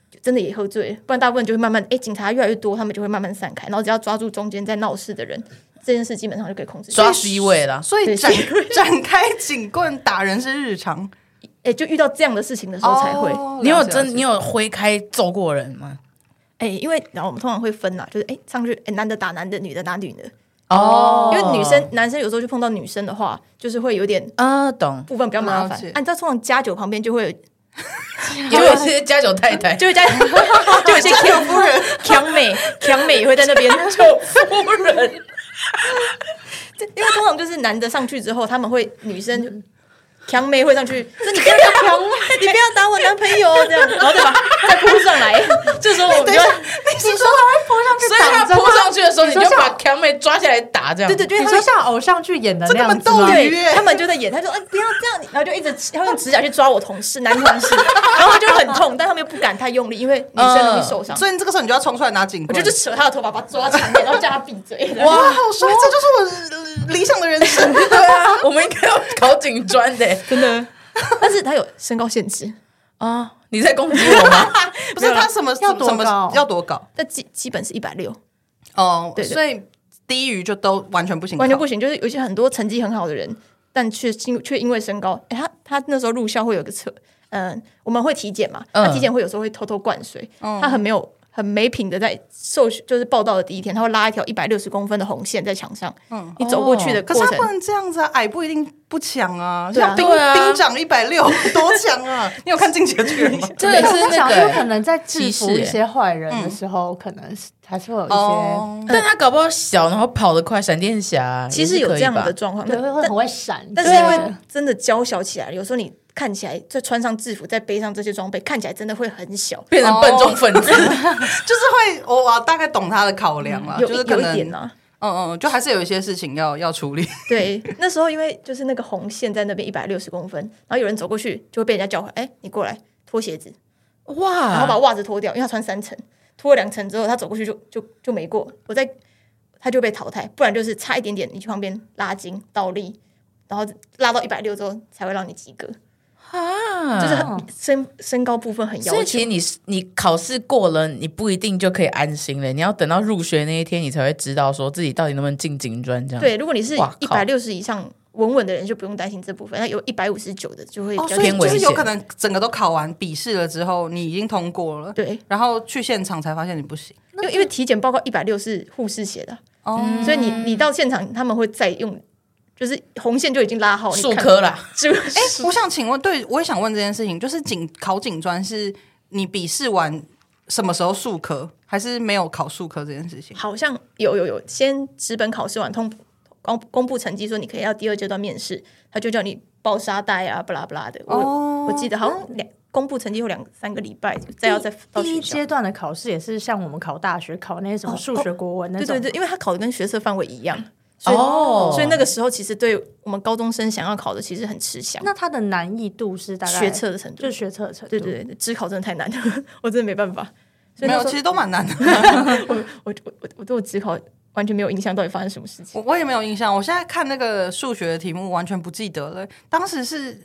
Speaker 4: 就真的也喝醉了，不然大部分就会慢慢，哎，警察越来越多，他们就会慢慢散开，然后只要抓住中间在闹事的人，这件事基本上就可以控制住。
Speaker 2: 抓 C 位啦，
Speaker 1: 所以
Speaker 4: 对
Speaker 1: 展
Speaker 4: 所
Speaker 1: 展开警棍打人是日常，
Speaker 4: 哎，就遇到这样的事情的时候才会。
Speaker 1: 哦
Speaker 2: 你有
Speaker 1: 了解了解
Speaker 2: 真你有挥开揍过人吗？
Speaker 4: 哎、因为然后我们通常会分啦，就是哎、上去哎、男的打男的，女的打女的，
Speaker 2: 哦
Speaker 4: 因为女生男生有时候就碰到女生的话，就是会有点
Speaker 2: 啊， 懂，
Speaker 4: 部分比较麻
Speaker 1: 了
Speaker 4: 烦啊
Speaker 1: 解。
Speaker 4: 按照通常加酒旁边就会有
Speaker 2: 也有些家酒太太
Speaker 4: 就会加就有一些强夫人、强美、强美也会在那边，
Speaker 2: 就夫人，
Speaker 4: 因为通常就是男的上去之后，他们会女生。强妹会上去，说你不要打强，你不要打我男朋友哦这样，然后再把再扑上来，这时候我们就会
Speaker 1: 你是说
Speaker 2: 所以
Speaker 1: 他
Speaker 2: 他
Speaker 1: 会扑上去挡着
Speaker 2: 扑上去的时候，你
Speaker 3: 你说
Speaker 2: 就
Speaker 3: 像
Speaker 2: 把强妹抓起来打，这样
Speaker 4: 对对，对，
Speaker 3: 你
Speaker 4: 他
Speaker 3: 说
Speaker 4: 们
Speaker 3: 像偶像剧演的
Speaker 1: 这
Speaker 3: 那
Speaker 1: 根
Speaker 3: 样
Speaker 1: 本
Speaker 3: 子
Speaker 1: 逗
Speaker 3: 吗？
Speaker 1: 你
Speaker 4: 对，他们就在演，他说：“哎，不要这样！”然后就一直他用指甲去抓我同事，男同 事，然后他就很痛，但他们又不敢太用力，因为女生容易受伤。
Speaker 1: 所以你这个时候你就要冲出来拿警
Speaker 4: 我
Speaker 1: 棍，
Speaker 4: 就就扯他的头发，把他抓起来，然后叫他闭嘴。
Speaker 1: 哇，好帅，这就是我理想的人生。
Speaker 2: 对啊，我们应该要考警专的
Speaker 4: 真的，但是他有身高限制，
Speaker 2: 啊！你在攻击我吗？
Speaker 1: 不是他什么
Speaker 3: 要多
Speaker 1: 什么
Speaker 3: 高
Speaker 1: 要多高
Speaker 4: 但基基本是一百六，
Speaker 1: 哦，
Speaker 4: 对对
Speaker 1: 所以低于就都完全不行，
Speaker 4: 完全不行。就是有一些很多成绩很好的人，但却因却因为身高，哎，他他那时候入校会有个测，嗯，我们会体检嘛，
Speaker 2: 嗯
Speaker 4: 他体检会有时候会偷偷灌水，他很没有。很没品的，在受就是报道的第一天，他会拉一条一百六十公分的红线在墙上，嗯，你走过去的
Speaker 1: 哦可
Speaker 4: 过
Speaker 1: 是
Speaker 4: 程，
Speaker 1: 他不能这样子啊，矮不一定不强啊，
Speaker 4: 对啊
Speaker 1: 像兵
Speaker 2: 对啊
Speaker 1: 兵长一百六 多强啊！你有看《进击的巨人》吗？
Speaker 2: 真的是
Speaker 3: 我
Speaker 2: 那
Speaker 3: 想有可
Speaker 2: 个，
Speaker 3: 能在制
Speaker 2: 歧视
Speaker 3: 服一
Speaker 2: 欸
Speaker 3: 些坏人的时候，可能是还是会有一些，
Speaker 1: 哦，
Speaker 2: 但他搞不好小，然后跑得快，闪电侠
Speaker 4: 其实有这样
Speaker 2: 也是可
Speaker 4: 的
Speaker 2: 以吧
Speaker 4: 状况，
Speaker 3: 对，会会
Speaker 4: 但
Speaker 3: 很会闪。
Speaker 4: 但是
Speaker 3: 对
Speaker 4: 因为真的娇小起来，有时候你看起来再穿上制服，再背上这些装备，看起来真的会很小。
Speaker 2: 变成笨重分子，
Speaker 1: 就是会，我我大概懂他的考量了，
Speaker 4: 有
Speaker 1: 就是可
Speaker 4: 有一
Speaker 1: 能，
Speaker 4: 点
Speaker 1: 嗯
Speaker 4: 呢、啊，
Speaker 1: 嗯，就还是有一些事情要要处理。
Speaker 4: 对，那时候因为就是那个红线在那边一百六十公分，然后有人走过去就会被人家叫回来，哎、你过来脱鞋子，然后 把
Speaker 2: 哇！
Speaker 4: 袜子脱掉，因为他穿三层，脱了两层之后，他走过去就就就没过，我在他就被淘汰，不然就是差一点点，你去旁边拉筋倒立，然后拉到一百六之后才会让你及格，
Speaker 2: 啊，
Speaker 4: 就是
Speaker 3: 哦
Speaker 4: 很身身高部分很要
Speaker 2: 所以
Speaker 4: 求
Speaker 2: 其实。你是你考试过了，你不一定就可以安心了。你要等到入学那一天，你才会知道说自己到底能不能进警专这样。，
Speaker 4: 对，如果你是
Speaker 2: 哇
Speaker 4: 一
Speaker 2: 靠
Speaker 4: 百六十以上稳稳的人，就不用担心这部分。那有一百五十九的就会比
Speaker 1: 哦，
Speaker 4: 较
Speaker 1: 所以
Speaker 2: 偏
Speaker 4: 偏
Speaker 2: 危
Speaker 1: 就
Speaker 4: 稳。
Speaker 1: 是
Speaker 2: 险
Speaker 1: 有可能整个都考完笔试了之后，你已经通过了，
Speaker 4: 对，
Speaker 1: 然后去现场才发现你不行。
Speaker 4: 因为因为体检报告一百六是护士写的，
Speaker 1: 哦，
Speaker 4: 所以你你到现场他们会再用，就是红线就已经拉好，你
Speaker 2: 数
Speaker 4: 看
Speaker 2: 科啦，
Speaker 4: 数
Speaker 1: 哎，我想请问，对我也想问这件事情，就是警考警专是你笔试完什么时候数科，还是没有考数科这件事情？
Speaker 4: 好像有有有，先纸本考试完通公公布成绩说你可以要第二阶段面试，他就叫你包沙袋啊，不拉不拉的。我、
Speaker 1: 哦
Speaker 4: 我记得好像两公布成绩后两三个礼拜再要再到
Speaker 3: 第一
Speaker 4: 学校
Speaker 3: 阶。段的考试也是像我们考大学考那些什么数学、国文那
Speaker 4: 对
Speaker 3: 种，
Speaker 4: 对对，因为他考的跟学测范围一样，
Speaker 2: 哦
Speaker 4: 所以那个时候其实对我们高中生想要考的其实很吃香，
Speaker 3: 那它的难易度是大概
Speaker 4: 学测的程度，
Speaker 3: 就学测的程度，
Speaker 4: 对对对，只考真的太难了， 我真的没办法。所以
Speaker 1: 没有，
Speaker 4: 那时候
Speaker 1: 其实都蛮难的。
Speaker 4: 我我我我对我只考完全没有印象，到底发生什么事情。
Speaker 1: 我我也没有印象，我现在看那个数学的题目完全不记得了。当时是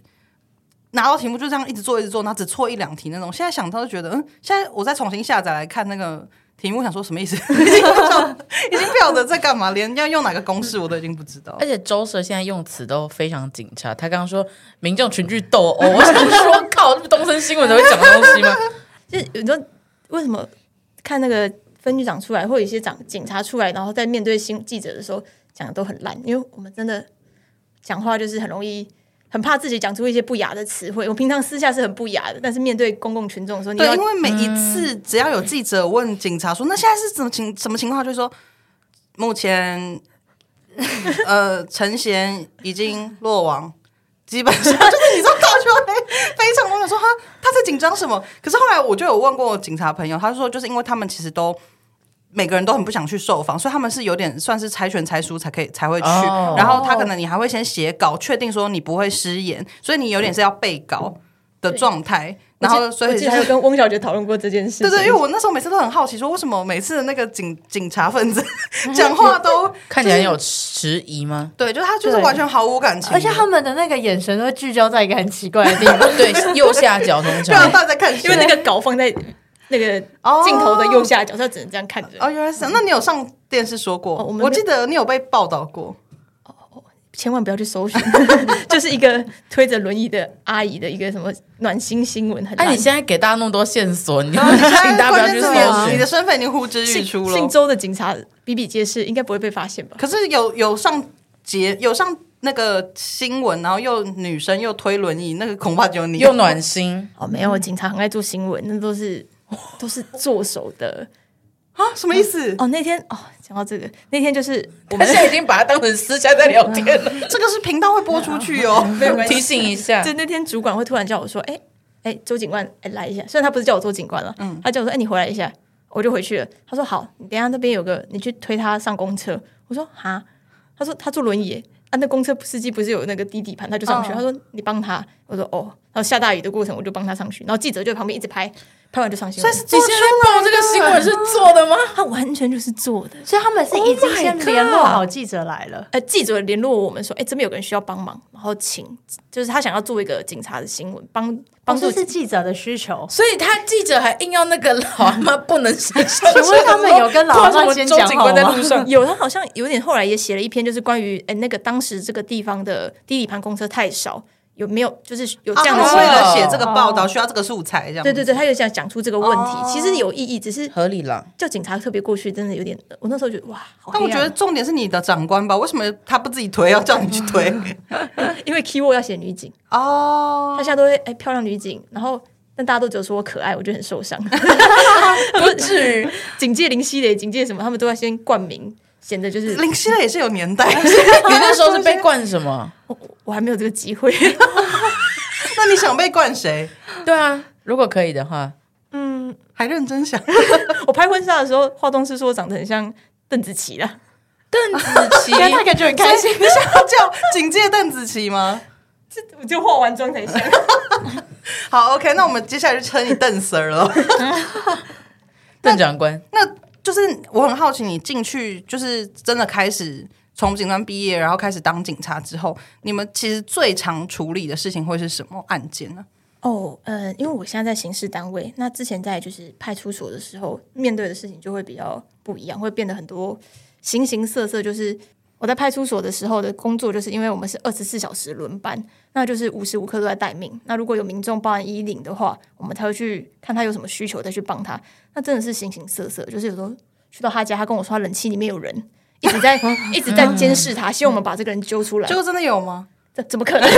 Speaker 1: 拿到题目就这样一直做一直做，那只错一两题那种。现在想到就觉得，嗯，现在我再重新下载来看那个题目，想说什么意思？ 已经不晓得，已经不晓得在干嘛，连要用哪个公式我都已经不知道
Speaker 2: 而。且周社现在用词都非常警察，他刚刚说民众群聚斗殴，我想说，靠，这不东森新闻才会讲的东 西吗？
Speaker 4: 就是你说为什么看那个分局长出来，或有一些长警察出来，然后在面对新记者的时候讲的都很烂，因为我们真的讲话就是很容易。很怕自己讲出一些不雅的词汇。我平常私下是很不雅的，但是面对公共群众的时候，你
Speaker 1: 对，
Speaker 4: 要嗯哦
Speaker 1: 因为每一 次只要有记者问警察说，那现在是怎么情什么情况，他就说目前呃陈贤已经落网，基本上就是你说搞出来非常多人说哈他在紧张什么？可是后来我就有问过警察朋友，他说就是因为他们其实都。每个人都很不想去受访，所以他们是有点算是猜拳猜输才可以才会去。
Speaker 2: 哦
Speaker 1: 然后他可能你还会先写稿，确定说你不会失言，所以你有点是要背稿的状态。然后所以
Speaker 4: 我记得还有跟翁小姐讨论过这件事情。
Speaker 1: 对对，因为我那时候每次都很好奇，说为什么每次的那个警警察分子 讲话都
Speaker 2: 看起来很有迟疑吗？
Speaker 1: 对，就是他就是
Speaker 3: 对
Speaker 1: 完全毫无感情的，
Speaker 3: 而且他们的那个眼神都会聚焦在一个很奇怪的地方。
Speaker 2: 对，右下角 通
Speaker 1: 不知道
Speaker 2: 常
Speaker 1: 大家在看谁，
Speaker 4: 因为那个稿放在那个
Speaker 1: 哦
Speaker 4: 镜头的右下角，所以只能这样看着。
Speaker 1: 哦，原来是这样那你有上电视说过？
Speaker 4: 哦我们没
Speaker 1: 我记得你有被报道过，
Speaker 4: 千万不要去搜寻， 就是一个推着轮椅的阿姨的一个什么暖心新闻，很
Speaker 2: 哎、
Speaker 4: 烂
Speaker 2: 你现在给大家那么多线索，你
Speaker 1: 关
Speaker 2: 请大家不要去
Speaker 1: 键字眼
Speaker 2: 搜
Speaker 1: 你
Speaker 2: 寻
Speaker 1: 的。身份已经呼之欲
Speaker 4: 姓
Speaker 1: 出
Speaker 4: 姓
Speaker 1: 了。哦
Speaker 4: 周的警察比比皆是，应该不会被发现吧？
Speaker 1: 可是有有上节有上那个新闻，然后又女生又推轮椅，那个恐怕只有你
Speaker 2: 又暖心，
Speaker 4: 哦，没有，警察很爱做新闻，那都是都是做手的。
Speaker 1: 啊？什么意思？
Speaker 4: 哦，那天哦，讲到这个，那天就是
Speaker 2: 他
Speaker 4: 我们
Speaker 2: 现在已经把它当成私下在聊天 了。
Speaker 1: 这个是频道会播出去哦。
Speaker 4: 没有关系
Speaker 2: 提醒一下，
Speaker 4: 就那天主管会突然叫我说：“哎、哎、周警官，哎、来一下。”虽然他不是叫我周警官了，他叫我说：“哎、你回来一下。”我就回去了。他说：“好，你等一下那边有个，你去推他上公车。”我说：“哈。”他说：“他坐轮椅耶啊，那公车司机不是有那个低底盘，他就上去。
Speaker 1: 哦
Speaker 4: 他说：“你帮他。”我说：“哦。”然后下大雨的过程，我就帮他上去。然后记者就在旁边一直拍，拍完就上新
Speaker 1: 但
Speaker 4: 闻。
Speaker 1: 是
Speaker 2: 你
Speaker 1: 做
Speaker 2: 现
Speaker 1: 出
Speaker 2: 在报这个新闻是做的吗？
Speaker 4: 他完全就是做的。
Speaker 3: 所以他们是已经先联络好记者来了。
Speaker 4: 呃，记者联络我们说：“哎、这边有个人需要帮忙，然后请，就是他想要做一个警察的新闻，帮帮
Speaker 3: 帮
Speaker 4: 助
Speaker 3: 助哦是记者的需求，
Speaker 2: 所以他记者还硬要那个老阿妈不能上 车。
Speaker 3: 请问他们有跟老阿嬷先讲
Speaker 2: 突然什
Speaker 3: 好吗
Speaker 2: 么周警官在路上，
Speaker 4: 有，他好像有点后来也写了一篇，就是关于哎、那个当时这个地方的低底盘公车太少，有没有就是有这样的
Speaker 1: 啊
Speaker 4: 问
Speaker 1: 他
Speaker 4: 题、
Speaker 1: 们为了写这个报道需要这个素材，这样
Speaker 4: 对对对，他有想讲出这个问题，其实有意义，只是
Speaker 2: 合理了，
Speaker 4: 叫警察特别过去，真的有点，我那时候觉得哇，好
Speaker 1: 但我
Speaker 4: 黑
Speaker 1: 觉
Speaker 4: 暗
Speaker 1: 得重点是你的长官吧？为什么他不自己推，要叫你去推？
Speaker 4: 因为 keyword 要写女警，他
Speaker 1: 哦，
Speaker 4: 现在都会哎、漂亮女警，然后但大家都只有说我可爱，我就很受伤，
Speaker 2: 不至于。
Speaker 4: 警戒林熙蕾，警戒什么，他们都要先冠名，显得就是
Speaker 1: 林熙蕾也是有年代，
Speaker 2: 你那时候是被灌什 么？
Speaker 4: 我我我还没有这个机会，
Speaker 1: 那你想被灌谁？
Speaker 2: 对啊，如果可以的 话，
Speaker 4: 嗯，
Speaker 1: 还认真想，
Speaker 4: 我拍婚纱的时候，化妆师说我长得很像邓紫棋啦。
Speaker 2: 邓紫棋
Speaker 3: 现在他感觉很开心。
Speaker 1: 你想要叫警戒邓紫棋吗？
Speaker 4: 我 就化完妆才像。
Speaker 1: 好，OK，那我们接下来就称你邓 Sir 了。
Speaker 2: 邓长官，
Speaker 1: 那就是我很好奇，你进去就是真的开始从警官毕业，然后开始当警察之后，你们其实最常处理的事情会是什么案件呢？
Speaker 4: 哦，呃，因为我现在在刑事单位，那之前在就是派出所的时候，面对的事情就会比较不一样，会变得很多形形色色。就是我在派出所的时候的工作，就是因为我们是二十四小时轮班，那就是无时无刻都在待命。那如果有民众报案一领的话，我们才会去看他有什么需求，再去帮他。那真的是形形色色，就是有时候去到他家，他跟我说他冷气里面有人。一直 在一直在监视他，希望我们把这个人揪出来。
Speaker 1: 就真的有吗？
Speaker 4: 这怎么可能？ 怎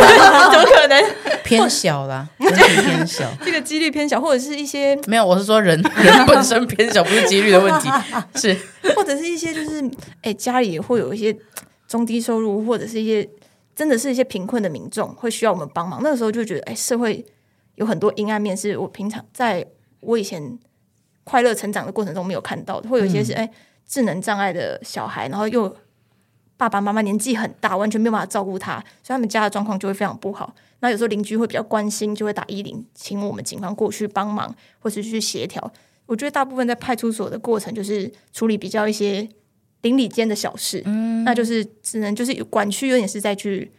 Speaker 4: 么可能？
Speaker 2: 偏小啦，整体偏小。
Speaker 4: 这个几率偏小，或者是一些，
Speaker 2: 没有，我是说人 人本身偏小，不是几率的问题，是
Speaker 4: 或者是一些，就是哎、家里也会有一些中低收入，或者是一些真的是一些贫困的民众会需要我们帮忙。那个时候就觉得，哎、社会有很多阴暗面，是我平常在我以前快乐成长的过程中没有看到的，会有一些是哎、智能障碍的小孩，然后又爸爸妈妈年纪很大，完全没有办法照顾他，所以他们家的状况就会非常不好。那有时候邻居会比较关心，就会打一零，请我们警方过去帮忙，或是去协调。我觉得大部分在派出所的过程就是处理比较一些邻里间的小事，那就是只能就是管区有点是在去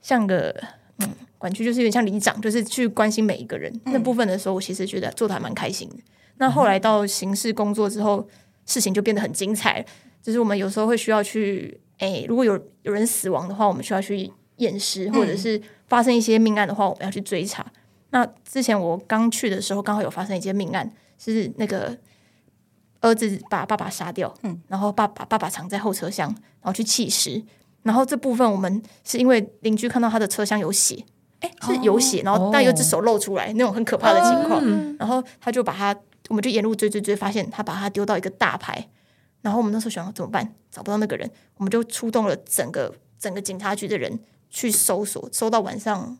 Speaker 4: 像个嗯，管区就是有点像里长，就是去关心每一个人、那部分的时候，我其实觉得做的还蛮开心的。那后来到刑事工作之后，事情就变得很精彩。就是我们有时候会需要去，哎，如果有有人死亡的话，我们需要去验尸，或者是发生一些命案的话，我们要去追查。那之前我刚去的时候，刚好有发生一件命案，是那个儿子把爸爸杀掉，嗯，然后爸爸爸爸藏在后车厢，然后去弃尸。然后这部分我们是因为邻居看到他的车厢有血，哎，是有血，然后但有一只手露出来，那种很可怕的情况。然后他就把他，我们就沿路追追追，发现他把他丢到一个大排。然后我们那时候想怎么办，找不到那个人，我们就出动了整个整个警察局的人去搜索，搜到晚上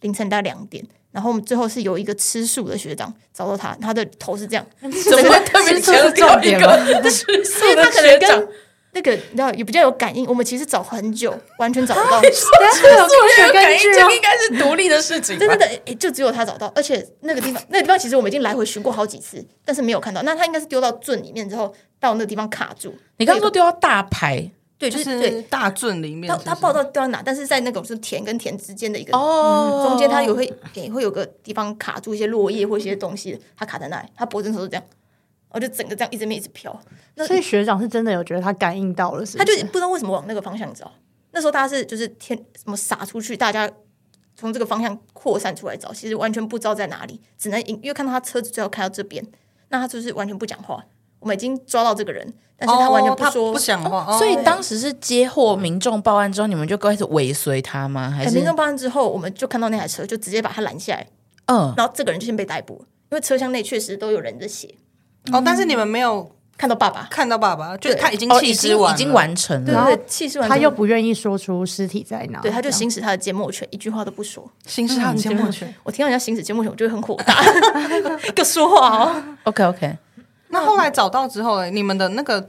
Speaker 4: 凌晨大概两点。然后我们最后是有一个吃素的学长找到他，他的头是这样，
Speaker 2: 怎么会特别
Speaker 3: 吃素是
Speaker 2: 强调
Speaker 3: 重
Speaker 2: 一
Speaker 3: 点
Speaker 2: 个吃素
Speaker 4: 所以
Speaker 2: 的
Speaker 4: 他可能
Speaker 2: 学长
Speaker 4: 跟？那个你知道也比较有感应。我们其实找很久，完全找 不到。
Speaker 3: 等
Speaker 4: 啊
Speaker 3: 一下会有科
Speaker 2: 这
Speaker 3: 学
Speaker 2: 个感
Speaker 3: 根
Speaker 2: 应
Speaker 3: 据
Speaker 2: 这
Speaker 3: 哦
Speaker 2: 个。应该是独立的事情吧，
Speaker 4: 真的的，诶就只有他找到，而且那个地方，那个地方其实我们已经来回寻过好几次，但是没有看到。那他应该是丢到樽里面之后，到那个地方卡住。
Speaker 2: 你刚刚说丢到大牌
Speaker 4: 对，就
Speaker 1: 就是是
Speaker 4: 对，
Speaker 1: 大圳里面
Speaker 4: 他
Speaker 1: 是不是
Speaker 4: 他不知道掉到哪，但是在那种是田跟田之间的一个
Speaker 2: 哦
Speaker 4: 中间，他也会也、会有个地方卡住一些落叶或一些东西，他卡在那里，他脖子那时候是这样，我就整个这样一直面一直飘，
Speaker 3: 所以学长是真的有觉得他感应到了，是
Speaker 4: 他
Speaker 3: 不
Speaker 4: 就是不知道为什么往那个方向找。那时候大家是就是天什么撒出去，大家从这个方向扩散出来找，其实完全不知道在哪里，只能因因为看到他车子最后开到这边，那他就是完全不讲话。我们已经抓到这个人，但是他完全
Speaker 1: 哦他
Speaker 4: 说。
Speaker 1: 不讲话，哦
Speaker 2: 所以当时是接获民众报案之后，你们就开始尾随他吗？还
Speaker 4: 哎
Speaker 2: 是
Speaker 4: 民众报案之后，我们就看到那台车，就直接把他拦下来，
Speaker 2: 嗯？
Speaker 3: 哦
Speaker 4: 然后这个人就先被逮捕了，因为车厢内确实都有人的血，
Speaker 1: 哦，但是你们没有
Speaker 4: 看到爸爸，
Speaker 1: 看到爸爸，就是
Speaker 4: 嗯对
Speaker 1: 他已经
Speaker 2: 哦，
Speaker 1: 弃
Speaker 2: 已
Speaker 1: 尸
Speaker 2: 经
Speaker 1: 完
Speaker 2: 已经
Speaker 1: 了
Speaker 2: 完成
Speaker 4: 对
Speaker 2: 了，
Speaker 3: 然后
Speaker 4: 对，气势完
Speaker 3: 他
Speaker 4: 全
Speaker 3: 又不愿意说出尸体在哪，
Speaker 4: 对，他就
Speaker 3: 这样
Speaker 4: 行使他的缄默权，一句话都不说。
Speaker 1: 行尸他很缄默权。
Speaker 4: 我听到人家行使缄默权，我就会很火大， 给我说话哦。
Speaker 2: OK OK，
Speaker 1: 那后来找到之后，你们的那个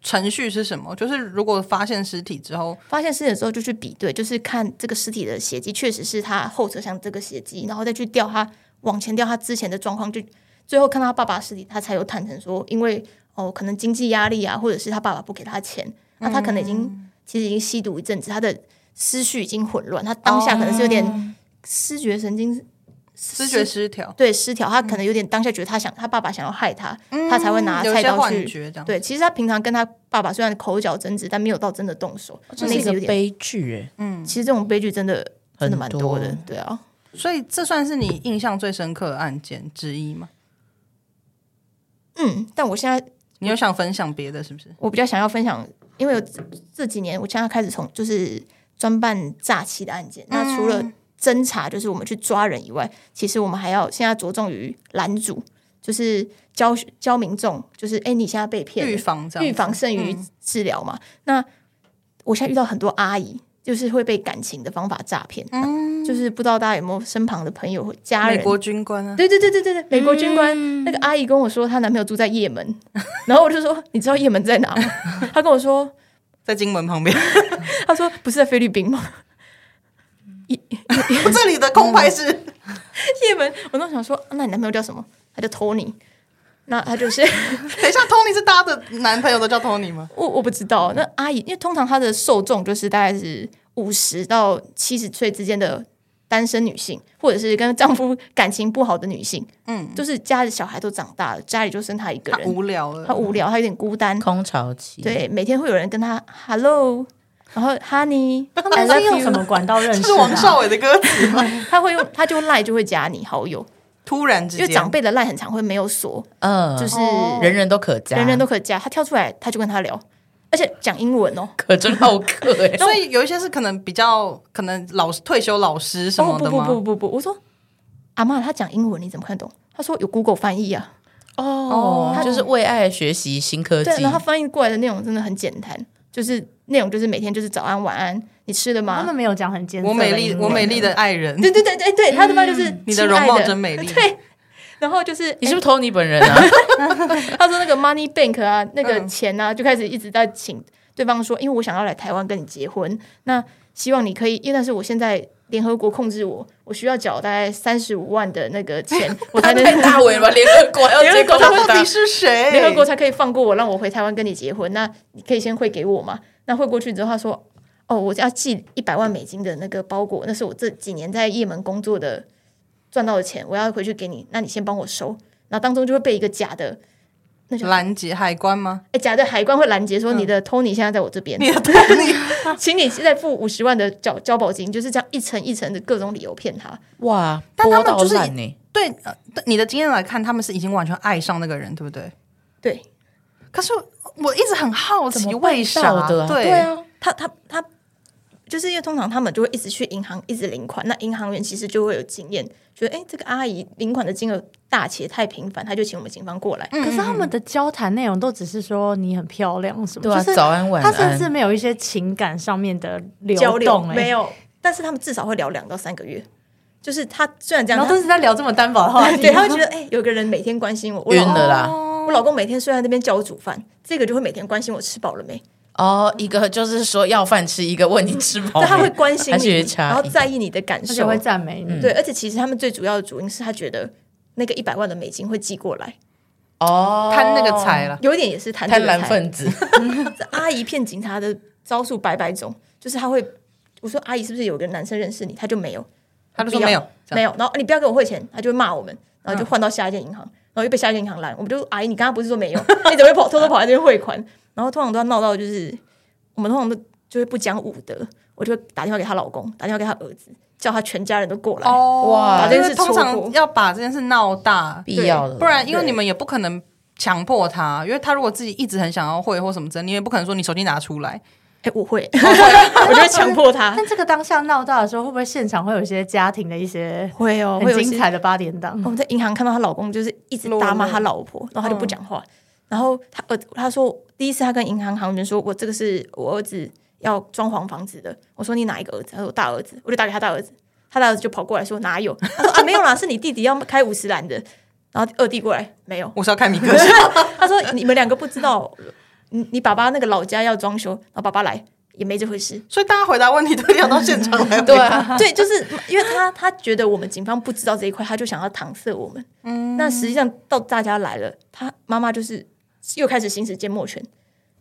Speaker 1: 程序是什么？就是如果发现尸体之后，
Speaker 4: 发现尸体的时候就去比对，就是看这个尸体的血迹确实是他后车厢这个血迹，然后再去调他往前调他之前的状况，就最后看到他爸爸的尸体，他才有坦诚说，因为哦可能经济压力啊，或者是他爸爸不给他钱，那他可能已经、
Speaker 1: 嗯
Speaker 4: 其实已经吸毒一阵子，他的思绪已经混乱，他当下可能是有点失觉神经。
Speaker 1: 知觉哦失调，
Speaker 4: 对失调，他可能有点当下觉得他想他爸爸想要害他，他才会拿
Speaker 1: 嗯有一
Speaker 4: 菜
Speaker 1: 些
Speaker 4: 刀
Speaker 1: 幻
Speaker 4: 去。
Speaker 1: 觉这样。
Speaker 4: 对，其实他平常跟他爸爸虽然口角争执，但没有到真的动手。
Speaker 2: 哦这
Speaker 4: 那
Speaker 2: 是一
Speaker 4: 次
Speaker 2: 个
Speaker 4: 有点，嗯
Speaker 2: 悲剧哎，
Speaker 4: 其实这种悲剧真的真的蛮
Speaker 2: 很
Speaker 4: 多的
Speaker 2: 多，
Speaker 4: 对啊。
Speaker 1: 所以这算是你印象最深刻的案件之一吗？
Speaker 4: 嗯，但我现在
Speaker 1: 你有想分享别的是不是？
Speaker 4: 我比较想要分享，因为有这这几年，我现在开始从就是专办诈欺的案件。
Speaker 2: 嗯
Speaker 4: 那除了侦查，就是我们去抓人以外，其实我们还要现在着重于拦阻，就是教教民众，就是哎、诶你现在被骗了，
Speaker 1: 预防这样子，嗯
Speaker 4: 预防胜于治疗嘛。那我现在遇到很多阿姨，就是会被感情的方法诈骗，就是不知道大家有没有身旁的朋友或
Speaker 1: 嗯
Speaker 4: 家
Speaker 1: 美
Speaker 4: 人。
Speaker 1: 国嗯军官啊，
Speaker 4: 对对对对对对，美国军官、那个阿姨跟我说，她男朋友住在也门，然后我就说，你知道也门在哪吗？她跟我说，
Speaker 1: 在金门 旁边，
Speaker 4: 她说不是在菲律宾吗？
Speaker 1: 这里的空拍是
Speaker 4: 嗯也门，我当时想说，啊那你男朋友叫什么？他叫 Tony，那他就是
Speaker 1: 等一下，Tony 是大家的男朋友都叫 Tony 吗？
Speaker 4: 我我不知道，那阿姨，因为通常她的受众就是大概是五十到七十岁之间的单身女性，或者是跟丈夫 感情不好的女性，嗯，就是家里小孩都长大了，家里就剩她一个
Speaker 1: 他
Speaker 4: 人，
Speaker 1: 无聊了
Speaker 4: 她，无聊，她有点孤单，
Speaker 2: 空巢期，，
Speaker 4: 对，每天会有人跟她 hello，然后 honey，
Speaker 3: 他们是用什么管道认识
Speaker 1: 这
Speaker 3: 的啊？
Speaker 1: 是王少伟的歌词吗？
Speaker 4: 她会用，她就赖就会加你好友，
Speaker 1: 突然之
Speaker 4: 因为
Speaker 1: 间，，
Speaker 4: 长辈的赖很常会没有锁，
Speaker 2: 嗯，
Speaker 4: 就是
Speaker 2: 人人都可加，
Speaker 4: 人人都可以加，她跳出来，她就跟她聊，而且讲英文哦。
Speaker 2: 可真好客 哎
Speaker 1: 所以有一些是可能比较可能老师退休老师什
Speaker 4: 哦
Speaker 1: 么
Speaker 4: 不
Speaker 1: 的
Speaker 4: 不
Speaker 1: 吗？
Speaker 4: 不不不，我说阿妈她讲英文你怎么看懂？她说有 Google 翻译啊，
Speaker 2: 哦
Speaker 4: 他
Speaker 2: 就是为爱学习新科技
Speaker 4: 对，，然后她翻译过来的内容真的很简单，就是内容就是每天就是早安晚安，你吃了
Speaker 3: 他
Speaker 4: 吗
Speaker 3: 们？没有讲很艰涩
Speaker 1: 我
Speaker 3: 的
Speaker 1: 美丽，
Speaker 3: 英
Speaker 1: 我
Speaker 3: 文
Speaker 1: 美丽的爱人，
Speaker 4: 对对对对对，她的妈就是
Speaker 1: 嗯你的
Speaker 4: 亲
Speaker 1: 容
Speaker 4: 爱
Speaker 1: 貌真美丽。
Speaker 4: 对，然后就是
Speaker 2: 你是不是 Tony 本 人啊？
Speaker 4: 她说那个 Money Bank 啊，那个
Speaker 1: 嗯
Speaker 4: 钱啊，就开始一直在请对方说，因为我想要来台湾跟你结婚，那希望你可以，因为但是我现在。联合国控制我，我需要缴大概三十五万的那个 钱，我才能
Speaker 2: 大尾巴联合国要
Speaker 1: 结
Speaker 2: 结
Speaker 1: 果
Speaker 2: 果
Speaker 1: 他到底
Speaker 2: 大，
Speaker 1: 是谁？
Speaker 4: 联合国才可以放过我，让我回台湾跟你结婚。那你可以先汇给我嘛？那汇过去之后，他说：“哦，我要寄一百万美金的那个包裹，那是我这几年在也门工作的赚到的钱，我要回去给你。那你先帮我收。”然后当中就会被一个假的那叫
Speaker 1: 拦截海关吗？
Speaker 4: 哎假的海关会拦截说你的 Tony 现在在我这边，
Speaker 1: 嗯你的托尼，
Speaker 4: 请你再付五十万的交交保金，就是这样一层一层的各种理由骗他。
Speaker 2: 哇，
Speaker 1: 但他
Speaker 2: 播
Speaker 1: 们
Speaker 2: 到
Speaker 1: 就是
Speaker 2: 烂呢、
Speaker 1: 对，呃对你的经验来看，他们是已经完全爱上那个人，对不对？
Speaker 4: 对
Speaker 1: 可是我一直很好
Speaker 2: 怎
Speaker 1: 奇，
Speaker 2: 么
Speaker 1: 为
Speaker 2: 办
Speaker 1: 啥？
Speaker 2: 到的、啊？
Speaker 1: 对
Speaker 2: 对，啊，
Speaker 4: 他，他他就是因为通常他们就会一直去银行一直领款，那银行员其实就会有经验，觉得哎、诶这个阿姨领款的金额大且太频繁，他就请我们警方过来。
Speaker 3: 可是他
Speaker 4: 嗯
Speaker 3: 们的交谈内容都只是说你很漂亮什么，
Speaker 2: 对啊，
Speaker 3: 就是
Speaker 2: 早安晚
Speaker 3: 他甚至
Speaker 2: 安，
Speaker 3: 没有一些情感上面的流
Speaker 4: 交流
Speaker 3: 动、欸，
Speaker 4: 没有，啊但是他们至少会聊两到三个月。就是他虽然这
Speaker 3: 然
Speaker 4: 样，
Speaker 3: 后都是在聊这么单薄的话
Speaker 4: 他
Speaker 3: 题，
Speaker 4: 对，他会觉得哎、诶有个人每天关心我，我哦老
Speaker 2: 晕了啦。
Speaker 4: 我老公每天虽然在那边叫我煮饭，这个就会每天关心我吃饱了没，
Speaker 2: 哦，一个就是说要饭吃，一个问你吃饱哦
Speaker 4: 但
Speaker 2: 没，
Speaker 4: 他会关心
Speaker 2: 还是有
Speaker 4: 你，
Speaker 2: 差
Speaker 4: 然后
Speaker 2: 异
Speaker 4: 在意你的感
Speaker 3: 而且
Speaker 4: 受
Speaker 3: 会，赞美
Speaker 1: 嗯
Speaker 3: 你。
Speaker 4: 对，而且其实他们最主要的主因是他觉得那个一百万的美金会寄过来，
Speaker 2: 哦，
Speaker 1: 贪那个财了。
Speaker 4: 有一点也是贪
Speaker 2: 贪
Speaker 4: 这个
Speaker 2: 婪
Speaker 4: 财
Speaker 2: 分子，
Speaker 4: 这阿姨骗警察的招数百百种，就是他会，我说阿姨是不是有个男生认识你？他就没有，
Speaker 1: 他就说
Speaker 4: 不要
Speaker 1: 没有，这样嗯
Speaker 4: 没有，然后你不要给我汇钱，他就会骂我们，然后就换到下一间银行，然后又被下一间银行拦，我们就阿姨，你刚刚不是说没有， 你怎么会跑偷偷跑来这边汇款？然后通常都要闹到就是，我们通常都就会不讲武德，我就会打电话给她老公，打电话给她儿子，叫她全家人都过来，
Speaker 1: 哦，
Speaker 2: 哇
Speaker 1: 因
Speaker 4: 把这件
Speaker 1: 为
Speaker 4: 事
Speaker 1: 通
Speaker 4: 戳
Speaker 1: 常
Speaker 4: 破
Speaker 1: 要把这件事闹大，
Speaker 2: 必要的，
Speaker 1: 不然因为
Speaker 4: 对
Speaker 1: 你们也不可能强迫他，因为他如果自己一直很想要会或什么之类，你也不可能说你手机拿出来。
Speaker 4: 哎、我会， 我就会强 迫她，
Speaker 3: 但这个当下闹大的时候，会不会现场会有一些家庭的一些
Speaker 4: 会哦，会
Speaker 3: 很
Speaker 4: 有一
Speaker 3: 精
Speaker 4: 些
Speaker 3: 彩的八点档？
Speaker 4: 我们在银行看到她老公就是一直大骂她老婆，然后她就不讲话。然后她儿她说第一次她跟银行行员说：“我这个是我儿子要装潢房子的。”我说：“你哪一个儿子？”她说：“我大儿子。”我就打给她大儿子，她大儿子就跑过来说：“哪有？”她说：“啊，没有啦，是你弟弟要开五十兰的。”然后二弟过来没有，
Speaker 1: 我是要看米哥是
Speaker 4: 他说：“你们两个不知道，你你爸爸那个老家要装修，然后爸爸来也没这回事。”
Speaker 1: 所以大家回答问题都一定要到现场来回答。
Speaker 2: 对 啊，
Speaker 4: 对，就是因为他他觉得我们警方不知道这一块，他就想要搪塞我们。嗯，那实际上到大家来了，他妈妈就是又开始行使缄默权，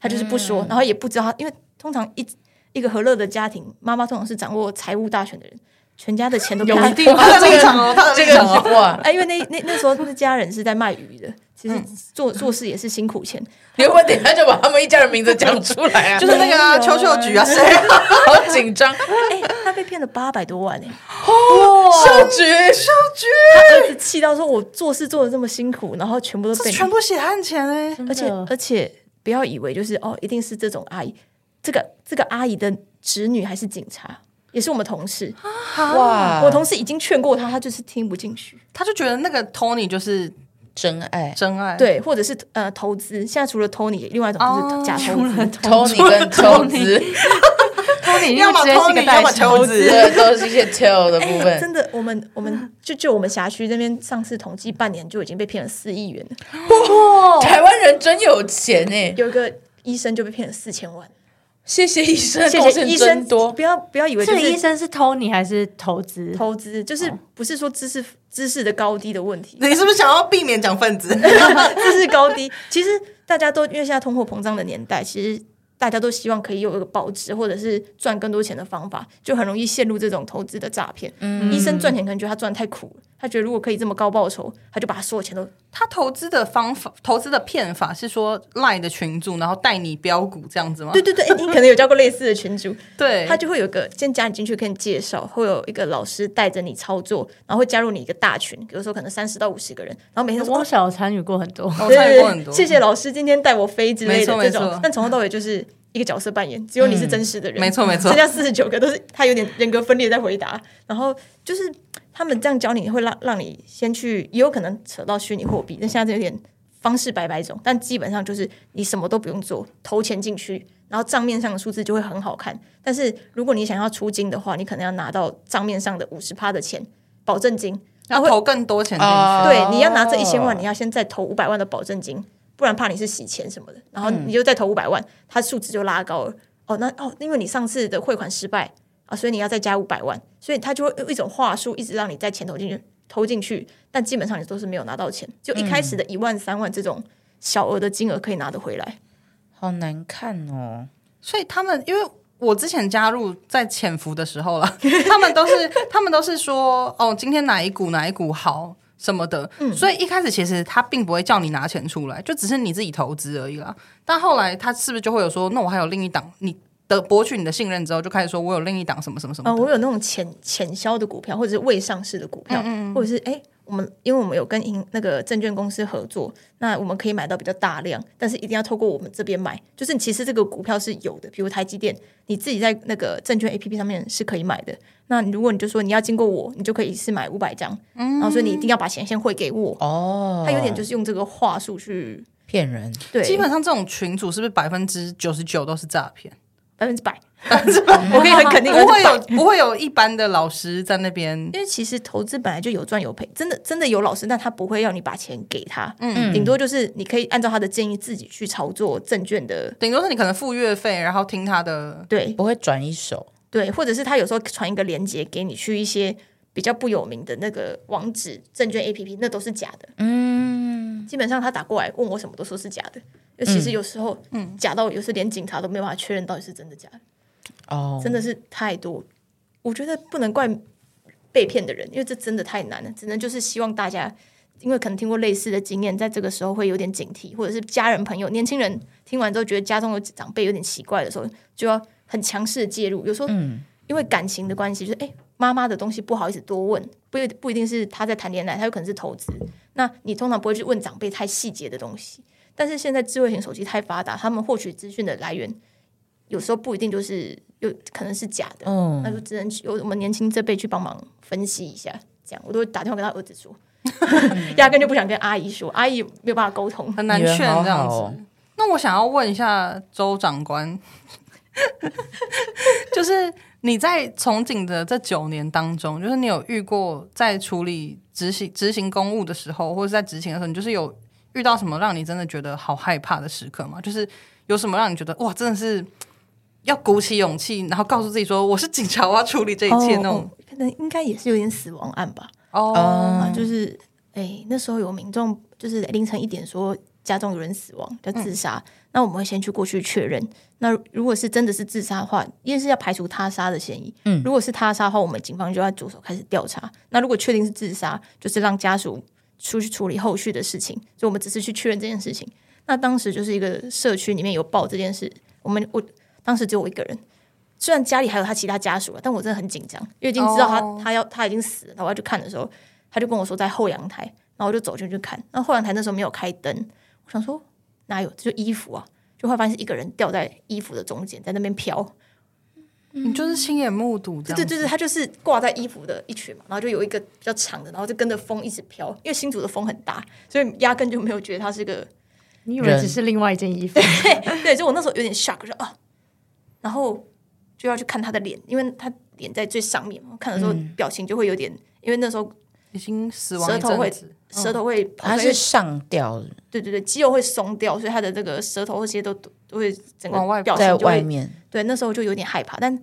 Speaker 4: 他就是不说，然后也不知道他，因为通常一一个和乐的家庭，妈妈通常是掌握财务大权的人，全家的钱都被他
Speaker 1: 他的立场哦，他的
Speaker 2: 这
Speaker 1: 立
Speaker 2: 个
Speaker 1: 场哦。
Speaker 2: 哇，
Speaker 4: 哎，因为那那那时候那家人是在卖鱼的，其实做做事也是辛苦 钱，
Speaker 2: 你会不会等一下就把他们一家人名字讲出来 啊？
Speaker 1: 就是那个啊
Speaker 4: 没有
Speaker 1: 秋
Speaker 4: 啊
Speaker 1: 秋菊啊，谁啊？
Speaker 2: 好紧张，
Speaker 4: 哎，他被骗了八百多万哎、
Speaker 2: 秀菊，
Speaker 4: 他儿子气到说：“我做事做的这么辛苦，然后全部都
Speaker 1: 这
Speaker 4: 被你
Speaker 1: 全部血汗钱哎！
Speaker 4: 而且而且不要以为就是哦，一定是这种阿姨，这个这个阿姨的侄女还是警察，也是我们同事。
Speaker 3: 啊
Speaker 2: 哇，
Speaker 4: 我同事已经劝过她，她就是听不进去。
Speaker 1: 他就觉得那个 Tony 就是
Speaker 2: 真爱
Speaker 1: 真
Speaker 3: 嗯
Speaker 1: 爱，，
Speaker 4: 对，或者是呃投资，现在除了 Tony，另外一种
Speaker 3: 哦
Speaker 4: 就是假投资。
Speaker 2: ，Tony 跟秋子，
Speaker 3: 托尼
Speaker 1: 要么
Speaker 3: 直接是
Speaker 1: Tony，
Speaker 3: 个
Speaker 1: 要
Speaker 3: 代
Speaker 1: 么
Speaker 3: 称，
Speaker 1: 秋子。
Speaker 2: 这都是一些 tell 的部
Speaker 4: 哎，
Speaker 2: 分。
Speaker 4: 真的，我们我们就就我们辖区这边，上次统计半年就已经被骗了四亿元了。
Speaker 2: 台湾人真有钱哎，
Speaker 4: 有一个医生就被骗了四千万，
Speaker 2: 谢谢医生，
Speaker 4: 谢
Speaker 2: 贡
Speaker 4: 谢
Speaker 2: 献
Speaker 4: 医
Speaker 2: 真
Speaker 4: 生
Speaker 2: 多。
Speaker 4: 不要不要以为
Speaker 3: 这
Speaker 4: 就
Speaker 3: 个医
Speaker 4: 是
Speaker 3: 生哦是托尼还是投资？
Speaker 4: 投资，就是不是说知识知识的高低的问题，
Speaker 1: 你是不是想要避免讲分子？
Speaker 4: 这是高低。其实大家都因为现在通货膨胀的年代，其实大家都希望可以有一个保值或者是赚更多钱的方法，就很容易陷入这种投资的诈骗。医生赚钱可能觉得他赚得太苦了，他觉得如果可以这么高报酬，他就把他所有钱都
Speaker 1: 他投资的方法，投资的骗法是说赖的群主，然后带你标股这样子吗？
Speaker 4: 对对对，诶你可能有教过类似的群主，
Speaker 1: 对，
Speaker 4: 他就会有一个先加你进去，跟你介绍，会有一个老师带着你操作，然后会加入你一个大群，比如说可能三十到五十个人，然后每天说
Speaker 3: 我
Speaker 4: 哦
Speaker 3: 小参与过很多，
Speaker 1: 我
Speaker 4: 对
Speaker 1: 哦参与过
Speaker 4: 对对
Speaker 1: 很多，
Speaker 4: 谢谢老师今天带我飞之类
Speaker 1: 没
Speaker 4: 的
Speaker 1: 错
Speaker 4: 这
Speaker 1: 没
Speaker 4: 种
Speaker 1: 错，嗯
Speaker 4: 但从头到尾就是一个角色扮演，只有你是真实的人，
Speaker 1: 没错没错
Speaker 4: 剩下四十九个都是他有点人格分裂在回答，然后就是他们这样教你会让让你先去，也有可能扯到虚拟货币，但现在这有点方式百百种，但基本上就是你什么都不用做，投钱进去，然后账面上的数字就会很好看，但是如果你想要出金的话，你可能要拿到账面上的五十趴的钱保证金，
Speaker 1: 要投更多钱进去。
Speaker 2: 啊
Speaker 4: 对，你要拿这
Speaker 2: 哦
Speaker 4: 一千万，你要先再投五百万的保证金，不然怕你是洗钱什么的。然后你就再投五百万，它数值就拉高了。哦，那哦，因为你上次的汇款失败啊，所以你要再加五百万，所以它就会有一种话术，一直让你在钱投进去，投进去，但基本上你都是没有拿到钱，就一开始的一万、三万这种小额的金额可以拿得回来。
Speaker 2: 好难看哦，
Speaker 1: 所以他们因为。我之前加入在 潜伏的时候了，他们都是他们都是说哦，今天哪一股哪一股好，什么的，所以一开始其实他并不会叫你拿钱出来，就只是你自己投资而已啦。但后来他是不是就会有说，那我还有另一档，你的博取你的信任之后，就开始说我有另一档什么什么什么
Speaker 4: 呃，
Speaker 1: 的。
Speaker 4: 我有那种浅浅销的股票，或者是未上市的股
Speaker 1: 嗯
Speaker 4: 票，或者是哎、诶我们因为我们有跟银那个证券公司合作，那我们可以买到比较大量，但是一定要透过我们这边买。就是其实这个股票是有的，比如台积电，你自己在那个证券 A P P 上面是可以买的。那如果你就说你要经过我，你就可以一次买五百张，
Speaker 1: 嗯
Speaker 4: 然后所以你一定要把钱先汇给我。
Speaker 2: 哦，
Speaker 4: 他有点就是用这个话术去
Speaker 2: 骗人，
Speaker 4: 对，
Speaker 1: 基本上这种群主是不是百分之九十九都是诈骗？
Speaker 4: 百分之 百，我可以很肯定，
Speaker 1: 不会有不会有一般的老师在那边
Speaker 4: 因为其实投资本来就有赚有赔，真的真的有老师，但他不会要你把钱给他，嗯，顶多就是你可以按照他的建议自己去操作证券的，
Speaker 1: 顶多是你可能付月费，然后听他的。
Speaker 4: 对
Speaker 2: 不会转一手。
Speaker 4: 对，或者是他有时候传一个链接给你去一些比较不有名的那个网址证券 A P P，那都是假的，嗯，基本上他打过来问我什么都说是假的，尤其是有时候，嗯，假到有时连警察都没有办法确认到底是真的假的，
Speaker 2: 哦，
Speaker 4: 真的是太多，我觉得不能怪被骗的人，因为这真的太难了，只能就是希望大家。因为可能听过类似的经验，在这个时候会有点警惕，或者是家人朋友、年轻人听完之后觉得家中有长辈有点奇怪的时候，就要很强势的介入。有时候因为感情的关系，就是哎妈妈的东西不好意思多问，不一不一定是她在谈恋爱，她有可能是投资。那你通常不会去问长辈太细节的东西，但是现在智慧型手机太发达，他们获取资讯的来源有时候不一定就是有可能是假的，
Speaker 2: 嗯
Speaker 4: 那就只能由我们年轻这辈去帮忙分析一下。这样，我都会打电话给他儿子说，压根就不想跟阿姨说，阿姨没有办法沟通。
Speaker 1: 很难
Speaker 2: 女人
Speaker 1: 劝
Speaker 2: 好
Speaker 1: 这样子。
Speaker 2: 好哦
Speaker 1: 那我想要问一下周长官， 就是你在从警的这九年当中，就是你有遇过在处理执行执行公务的时候，或者是在执行的时候，你就是有遇到什么让你真的觉得好害怕的时刻吗？就是有什么让你觉得哇，真的是要鼓起勇气，然后告诉自己说我是警察，我要处理这一切那种
Speaker 4: 哦可能应该也是有点死亡案吧。
Speaker 1: 哦。
Speaker 4: 啊，就是哎、那时候有民众就是凌晨一点说家中有人死亡，叫自杀，那我们会先去过去确认。那如果是真的是自杀的话，因为是要排除他杀的嫌疑。嗯，如果是他杀的话，我们警方就要着手开始调查。那如果确定是自杀，就是让家属出去处理后续的事情。所以我们只是去确认这件事情。那当时就是一个社区里面有报这件事，我们我当时只有我一个人。虽然家里还有他其他家属啊了，但我真的很紧张，因为已经知道他、
Speaker 1: 哦
Speaker 4: 他要他已经死了，然后我要去看的时候，他就跟我说在后阳台，然后我就走进去看。那后阳台那时候没有开灯，我想说哪有，这就衣服啊，就会发现是一个人掉在衣服的中间，在那边飘。
Speaker 1: 你就是亲眼目睹这样
Speaker 4: 对对
Speaker 1: 子，
Speaker 4: 对，对他就是挂在衣服的一群嘛，然后就有一个比较长的，然后就跟着风一直飘，因为新竹的风很大，所以压根就没有觉得他是个
Speaker 3: 你以为
Speaker 2: 人
Speaker 3: 只是另外一件衣服？
Speaker 4: 对，就我那时候有点 shock，就啊，然后就要去看他的脸，因为他脸在最上面嘛，看的时候
Speaker 2: 嗯
Speaker 4: 表情就会有点，因为那时候
Speaker 1: 已经死亡
Speaker 4: 舌
Speaker 1: 一
Speaker 4: 头会
Speaker 1: 阵子，
Speaker 4: 舌头会跑出来，
Speaker 2: 它
Speaker 4: 因为
Speaker 2: 哦是上吊的
Speaker 4: 对对对，肌肉会松掉，所以他的这个舌头这些都都都会整
Speaker 1: 往外
Speaker 4: 个表
Speaker 2: 在
Speaker 4: 哦情就
Speaker 2: 外
Speaker 4: 会
Speaker 2: 面，
Speaker 4: 对，那时候就有点害怕，但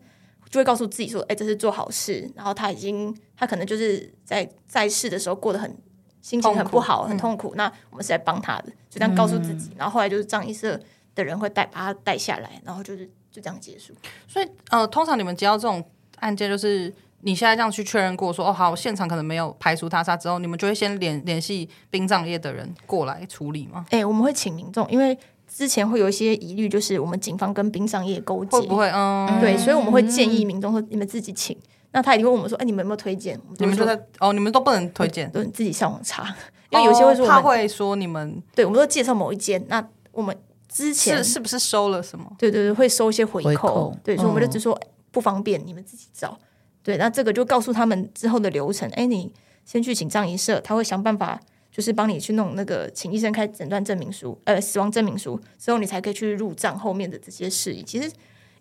Speaker 4: 就会告诉自己说，哎、这是做好事。然后他已经，他可能就是在在世的时候过得很心情很
Speaker 1: 痛苦
Speaker 4: 不好，很痛苦。嗯那我们是来帮他的，就这样告诉自己。然后后来就是葬仪社的人会带把他带下来，然后就是就这样结束。
Speaker 1: 所以呃，通常你们接到这种案件，就是你现在这样去确认过说，哦，好，现场可能没有排除他杀之后，你们就会先联联系殡葬业的人过来处理吗？
Speaker 4: 哎、我们会请民众，因为之前会有一些疑虑，就是我们警方跟殡葬业勾结，
Speaker 1: 会不会？嗯，
Speaker 4: 对，所以我们会建议民众说，你们自己请。那他一定会问我们说，哎、你们有没有推荐？我
Speaker 1: 你们就
Speaker 4: 说
Speaker 1: 在哦，你们都不能推荐，
Speaker 4: 对，你自己上网查，因为有些会说
Speaker 1: 哦
Speaker 4: 我
Speaker 1: 怕
Speaker 4: 们、
Speaker 1: 会说你们
Speaker 4: 对，我们都介绍某一间，那我们之前
Speaker 1: 是是不是收了什么？
Speaker 4: 对对对，会收一些回扣，
Speaker 2: 回扣
Speaker 4: 对，所以我们就
Speaker 2: 嗯
Speaker 4: 只说、哎不方便，你们自己找。对，那这个就告诉他们之后的流程，哎，你先去请葬仪社，他会想办法就是帮你去弄那个请医生开诊断证明书，呃，死亡证明书之后，你才可以去入葬后面的这些事宜。其实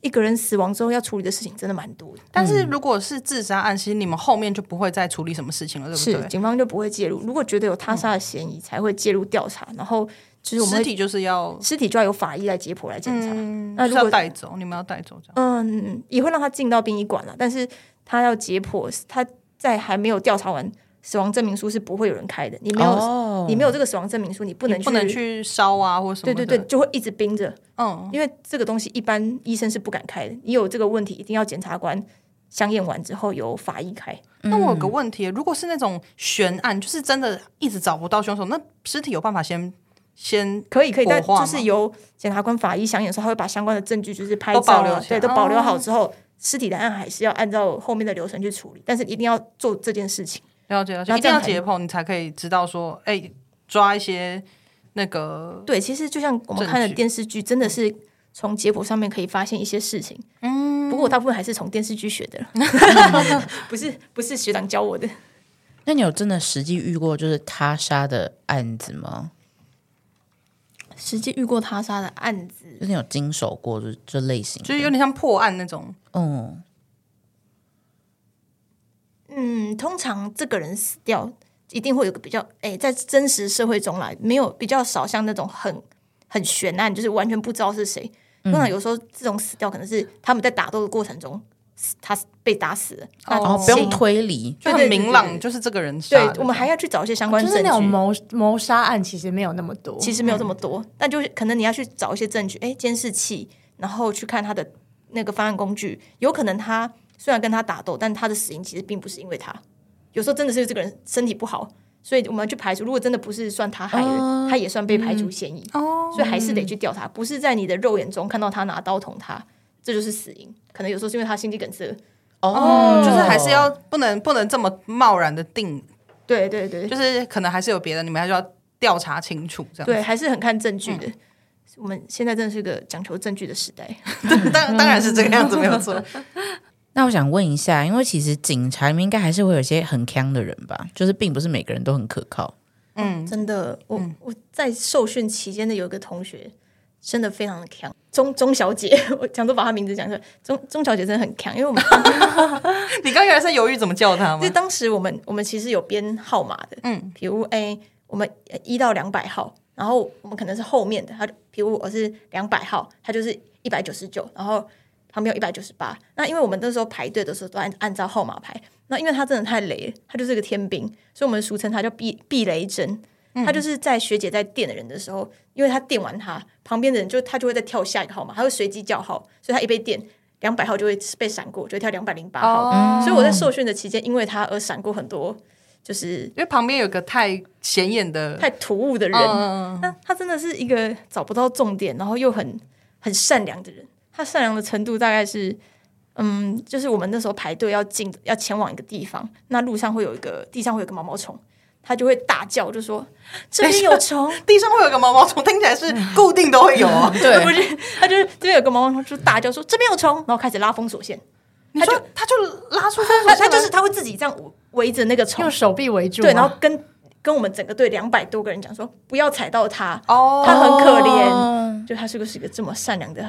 Speaker 4: 一个人死亡之后要处理的事情真的蛮多的，
Speaker 1: 但是如果是自杀案，其实你们后面就不会再处理什么事情了，对
Speaker 4: 是
Speaker 1: 不对？
Speaker 4: 警方就不会介入，如果觉得有他杀的嫌疑，才会介入调查，然后就是我们
Speaker 1: 尸
Speaker 4: 会
Speaker 1: 体嗯就是要
Speaker 4: 尸体就要有法医来解剖来检查。那
Speaker 1: 就
Speaker 4: 如
Speaker 1: 是
Speaker 4: 果
Speaker 1: 要带走，你们要带走这样。
Speaker 4: 嗯，也会让他进到殡仪馆了，但是他要解剖，他在还没有调查完，死亡证明书是不会有人开的。你没有，
Speaker 2: 哦
Speaker 4: 你没有这个死亡证明书，你不能去，
Speaker 1: 不能去烧啊，或什
Speaker 4: 对
Speaker 1: 么
Speaker 4: 对
Speaker 1: 的。
Speaker 4: 对，就会一直盯着，
Speaker 1: 嗯，
Speaker 4: 因为这个东西一般医生是不敢开的。你有这个问题，一定要检察官相验完之后由法医开。
Speaker 1: 那我有
Speaker 4: 嗯
Speaker 1: 个问题，如果是那种悬案，就是真的一直找不到凶手，那尸体有办法先先
Speaker 4: 可以可以，但
Speaker 1: 火化
Speaker 4: 就
Speaker 1: 吗
Speaker 4: 是由检察官、法医相验的时候，他会把相关的证据就是拍
Speaker 1: 都
Speaker 4: 照
Speaker 1: 哦保
Speaker 4: 啊、
Speaker 1: 留起哦
Speaker 4: 对，
Speaker 1: 来
Speaker 4: 都保留好之后，尸体的案还是要按照后面的流程去处理，但是一定要做这件事情。
Speaker 1: 了解了解，
Speaker 4: 那
Speaker 1: 一
Speaker 4: 这
Speaker 1: 定
Speaker 4: 样
Speaker 1: 要解剖，你才可以知道说，哎、抓一些那个
Speaker 4: 对，其实就像我们
Speaker 1: 证
Speaker 4: 看的
Speaker 1: 据
Speaker 4: 电视剧，真的是从解剖上面可以发现一些事情。嗯，不过我大部分还是从电视剧学的， 不是不是学长教我的。
Speaker 2: 那你有真的实际遇过就是他杀的案子吗？
Speaker 4: 实际遇过他杀的案子，
Speaker 2: 就是你有经手过这这类型的？
Speaker 1: 就是有点像破案那种，
Speaker 2: 嗯，
Speaker 4: 嗯，通常这个人死掉，一定会有个比较，哎、在真实社会中来，没有比较少像那种很很悬案，就是完全不知道是谁。通常有时候这种死掉，可能是他们在打斗的过程中，死他被打死了。那
Speaker 2: 哦，不
Speaker 4: 谁
Speaker 2: 用推理，
Speaker 1: 就很明朗，就是这个人杀
Speaker 4: 对
Speaker 1: 的。，
Speaker 4: 我们还要去找一些相关
Speaker 3: 就
Speaker 4: 证
Speaker 3: 是那种
Speaker 4: 据。
Speaker 3: 谋谋杀案，其实没有那么多。
Speaker 4: 其实没有这么多，但就是可能你要去找一些证据，哎，监视器，然后去看他的那个方案工具，有可能他虽然跟他打斗，但他的死因其实并不是因为他，有时候真的是这个人身体不好，所以我们要去排除，如果真的不是算他害的，他也算被排除嫌疑，
Speaker 1: 嗯哦，
Speaker 4: 所以还是得去调查，不是在你的肉眼中看到他拿刀捅他，这就是死因，可能有时候是因为他心肌梗塞，
Speaker 2: 哦
Speaker 1: 就是还是要不能不能这么贸然的定，
Speaker 4: 对对对，
Speaker 1: 就是可能还是有别的，你们还是要调查清楚这样。
Speaker 4: 对，还是很看证据的。
Speaker 1: 嗯
Speaker 4: 我们现在真的是个讲求证据的时代，
Speaker 1: 对， 当当然是这个样子，没有错。
Speaker 2: 那我想问一下，因为其实警察里面应该还是会有一些很强的人吧，就是并不是每个人都很可靠。
Speaker 4: 真的，我、我在受训期间的有一个同学，真的非常的强，钟钟小姐， 我讲都把她名字讲出来，钟钟小姐真的很强，因为我们
Speaker 1: 你刚原来是在犹豫怎么叫他吗
Speaker 4: 就？当时我们我们其实有编号码的，嗯，比如哎，我们呃一到两百号，然后我们可能是后面的，他就比如我是两百号，他就是一百九十九，然后旁边有一百九十八。那因为我们那时候排队的时候都按按照号码排，那因为他真的太雷了，他就是个天兵，所以我们俗称他叫避避雷针。他
Speaker 1: 嗯
Speaker 4: 就是在学姐在电的人的时候，因为他电完他旁边的人就他就会再跳下一个号码，他会随机叫号，所以他一被电两百号就会被闪过，就会跳两百零八号，
Speaker 1: 哦
Speaker 4: 所以我在受训的期间，因为他而闪过很多就是
Speaker 1: 因为旁边有个太显眼的，
Speaker 4: 太突兀的人。
Speaker 1: 嗯嗯
Speaker 4: 那他真的是一个找不到重点，然后又很很善良的人。他善良的程度大概是，嗯，就是我们那时候排队要进要前往一个地方，那路上会有一个地上会有一个毛毛虫，他就会大叫，就说这边有虫，
Speaker 1: 嗯地上会有个毛毛虫，听起来是固定都会有哦。
Speaker 4: 不
Speaker 2: 对，
Speaker 4: 是，他就是这边有个毛毛虫，就大叫说这边有虫，然后开始拉封锁线，
Speaker 1: 你说他就拉出封锁
Speaker 4: 他他
Speaker 1: 线
Speaker 4: 就
Speaker 1: 来
Speaker 4: 是他会自己这样围着那个虫
Speaker 3: 用，手臂围住吗，
Speaker 4: 对，然后跟跟我们整个队两百多个人讲说，不要踩到他，
Speaker 1: 哦，
Speaker 4: 他很可怜。
Speaker 2: 哦
Speaker 4: 就他是个是一个这么善良的，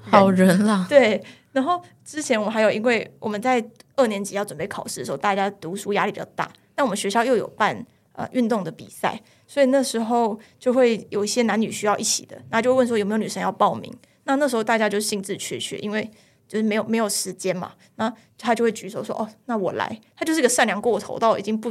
Speaker 2: 好人啊啦，
Speaker 4: 对。然后之前我们还有，因为我们在二年级要准备考试的时候，大家读书压力比较大，但我们学校又有办呃运动的比赛，所以那时候就会有一些男女需要一起的，那就会问说有没有女生要报名。那那时候大家就兴致缺缺，因为就是没有没有时间嘛，那他就会举手说哦，那我来。他就是个善良过头到已经不、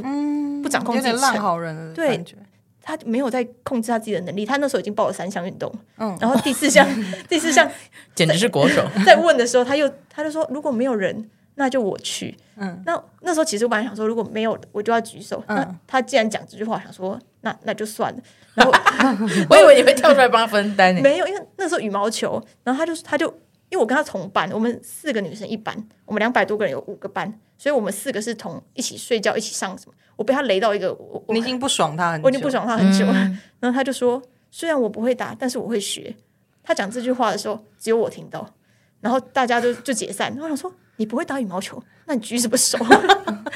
Speaker 4: 不掌控
Speaker 1: 嗯有
Speaker 4: 自己
Speaker 1: 点
Speaker 4: 的
Speaker 1: 烂
Speaker 4: 程
Speaker 1: 好人的
Speaker 4: 对
Speaker 1: 感觉。
Speaker 4: 他没有在控制他自己的能力，他那时候已经报了三项运动，嗯，然后第 四项第四项
Speaker 2: 简直是国手。
Speaker 4: 在问的时候，他又他就说如果没有人，那就我去，嗯，那那时候其实我本来想说如果没有我就要举手，那他既然讲这句话，我想说那那就算了，然后
Speaker 2: 我以为你会跳出来帮他分担呢。
Speaker 4: 没有，因为那时候羽毛球，然后他就他就因为我跟他同班，我们四个女生一班，我们两百多个人有五个班，所以我们四个是同一起睡觉一起上什么，我被他雷到一个我我
Speaker 1: 你已经不爽他很久，
Speaker 4: 我已经不爽他很久了。 然后他就说：“虽然我不会打，但是我会学。”他讲这句话的时候，只有我听到，然后大家就就解散。然后我想说：“你不会打羽毛球，那你举什么手？”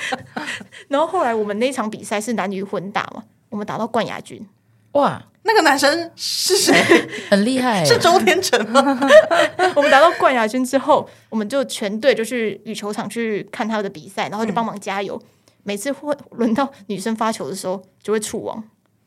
Speaker 4: 然后后来我们那一场比赛是男女混打嘛，我们打到冠亚军，
Speaker 2: 哇，
Speaker 1: 那个男生是 谁？
Speaker 2: 很厉害欸，
Speaker 1: 是周天成吗？
Speaker 4: 我们打到冠亚军之后，我们就全队就去羽球场去看他的比赛，然后就帮忙加油。每次会轮到女生发球的时候，就会触网，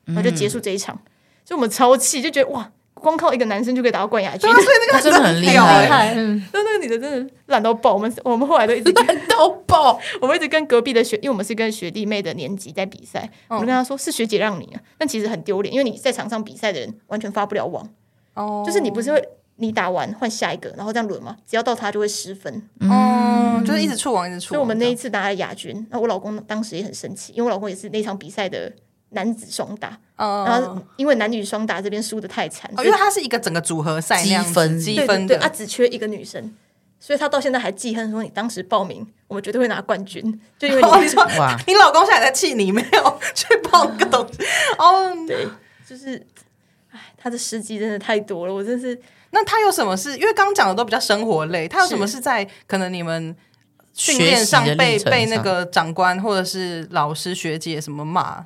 Speaker 4: 然后就结束这一场。所以我们超气，就觉得哇，光靠一个男生就可以打到冠亚军
Speaker 1: 对啊，，所以那个
Speaker 2: 他
Speaker 1: 男生
Speaker 2: 真的很厉
Speaker 1: 屌欸
Speaker 2: 害，
Speaker 3: 嗯
Speaker 4: 但那个女的真的懒到爆，我们我们后来都一直跟
Speaker 2: 到爆！
Speaker 4: 我们一直跟隔壁的学，因为我们是跟学弟妹的年级在比赛，我就跟她说是学姐让你啊，但其实很丢脸，因为你在场上比赛的人完全发不了网，
Speaker 1: 哦
Speaker 4: 就是你不是会你打完换下一个，然后这样轮嘛，只要到他就会失分。
Speaker 1: 嗯，就是一直触网，一直触网。
Speaker 4: 所以我们那一次拿了亚军，那我老公当时也很生气，因为我老公也是那场比赛的男子双打，
Speaker 1: 嗯，
Speaker 4: 然后因为男女双打这边输的太惨，
Speaker 1: 哦，
Speaker 4: 所
Speaker 1: 因
Speaker 4: 以
Speaker 1: 为它是一个整个组合赛那样子
Speaker 2: 积分
Speaker 1: 积
Speaker 4: 对对
Speaker 1: 分
Speaker 4: 对，啊
Speaker 1: 的，
Speaker 4: 他只缺一个女生，所以他到现在还记恨说你当时报名，我们绝对会拿冠军，就因为
Speaker 1: 哦，
Speaker 4: 你
Speaker 1: 你说
Speaker 2: 哇
Speaker 1: 你老公现在在气你没有 去报那个东西哦？
Speaker 4: 对，就是，哎，他的时机真的太多了，我真是
Speaker 1: 那他有什么是因为刚刚讲的都比较生活类，他有什么
Speaker 4: 是
Speaker 1: 是在可能你们训
Speaker 2: 学习
Speaker 1: 练
Speaker 2: 的
Speaker 1: 上被
Speaker 2: 历程
Speaker 1: 被那
Speaker 2: 上
Speaker 1: 个长官或者是老师学姐什么骂，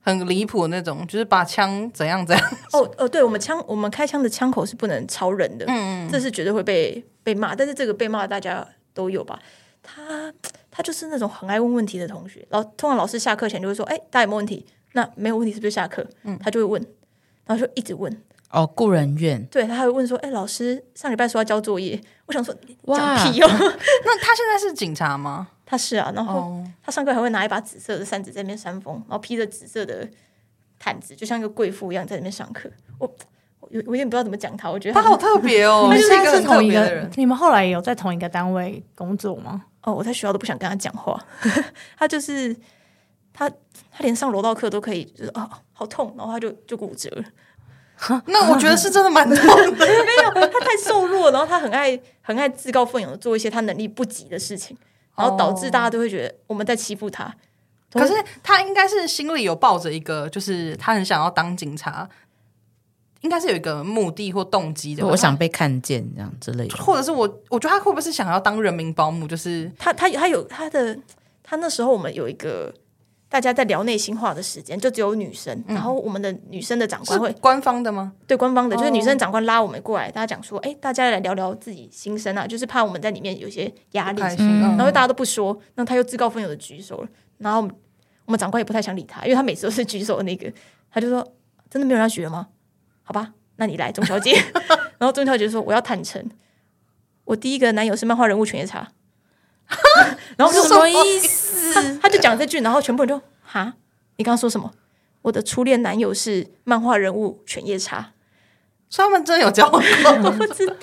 Speaker 1: 很离谱的那种，就是把枪怎样怎样？
Speaker 4: 哦哦，对我们枪，我们开枪的枪口是不能超人的，
Speaker 1: 嗯，
Speaker 4: 这是绝对会被被骂，但是这个被骂大家都有吧？他他就是那种很爱问问题的同学，然后通常老师下课前就会说，哎，大家有没有问题？那没有问题是不是下课？嗯，他就会问，然后就一直问，
Speaker 2: 哦，故人怨
Speaker 4: 对他还会问说，哎，老师上礼拜说要交作业，我想说讲
Speaker 2: 哇
Speaker 4: 屁 哦，
Speaker 1: 那他现在是警察吗？
Speaker 4: 他是啊，然后。
Speaker 1: 哦，
Speaker 4: 他上课还会拿一把紫色的扇子在那边扇风，然后披着紫色的毯子，就像一个贵妇一样在那边上课。我我有我有点不知道怎么讲他，我觉得
Speaker 1: 他好特别 哦，
Speaker 3: 你们
Speaker 1: 是
Speaker 3: 现
Speaker 1: 一个
Speaker 3: 在是
Speaker 1: 很特
Speaker 3: 同一
Speaker 1: 别的
Speaker 3: 个
Speaker 1: 人。，
Speaker 3: 你们后来有在同一个单位工作吗？
Speaker 4: 哦，我在学校都不想跟他讲话。 他就是他他连上柔道课都可以，就是啊、好痛，然后他就就骨折了。
Speaker 1: 那我觉得是真的蛮痛的，
Speaker 4: 他太瘦弱，然后他很爱很爱自告奋勇的做一些他能力不及的事情，然后导致
Speaker 1: 哦
Speaker 4: 大家都会觉得我们在欺负他。
Speaker 1: 可是他应该是心里有抱着一个，就是他很想要当警察，应该是有一个目的或动机的吧。
Speaker 2: 我想被看见这样之类的。
Speaker 1: 或者是我，我觉啊得他会不会是想要当人民保姆？就是
Speaker 4: 他他他有他的，他那时候我们有一个大家在聊内心话的时间，就只有女生，然后我们的女生的长
Speaker 1: 是
Speaker 4: 官会
Speaker 1: 官方的吗？
Speaker 4: 对官方的，就是
Speaker 1: 哦
Speaker 4: 女生长官拉我们过来，大家讲说，哎，大家来聊聊自己心声啊，就是怕我们在里面有些压力，
Speaker 1: 开
Speaker 4: 然
Speaker 1: 心，嗯
Speaker 4: 后大家都不说，那他又自告奋勇的举手了，然后我们我们长官也不太想理他，因为他每次都是举手的那个，他就说，真的没有人要举了吗？好吧，那你来，钟小姐。然后钟小姐说，我要坦诚，我第一个男友是漫画人物犬夜叉。然后我就哦
Speaker 2: 什么意思？
Speaker 4: 他就讲这句，然后全部人就哈，你刚刚说什么？我的初恋男友是漫画人物犬夜叉，
Speaker 1: 所以他们真的有交往过，
Speaker 4: 不知道。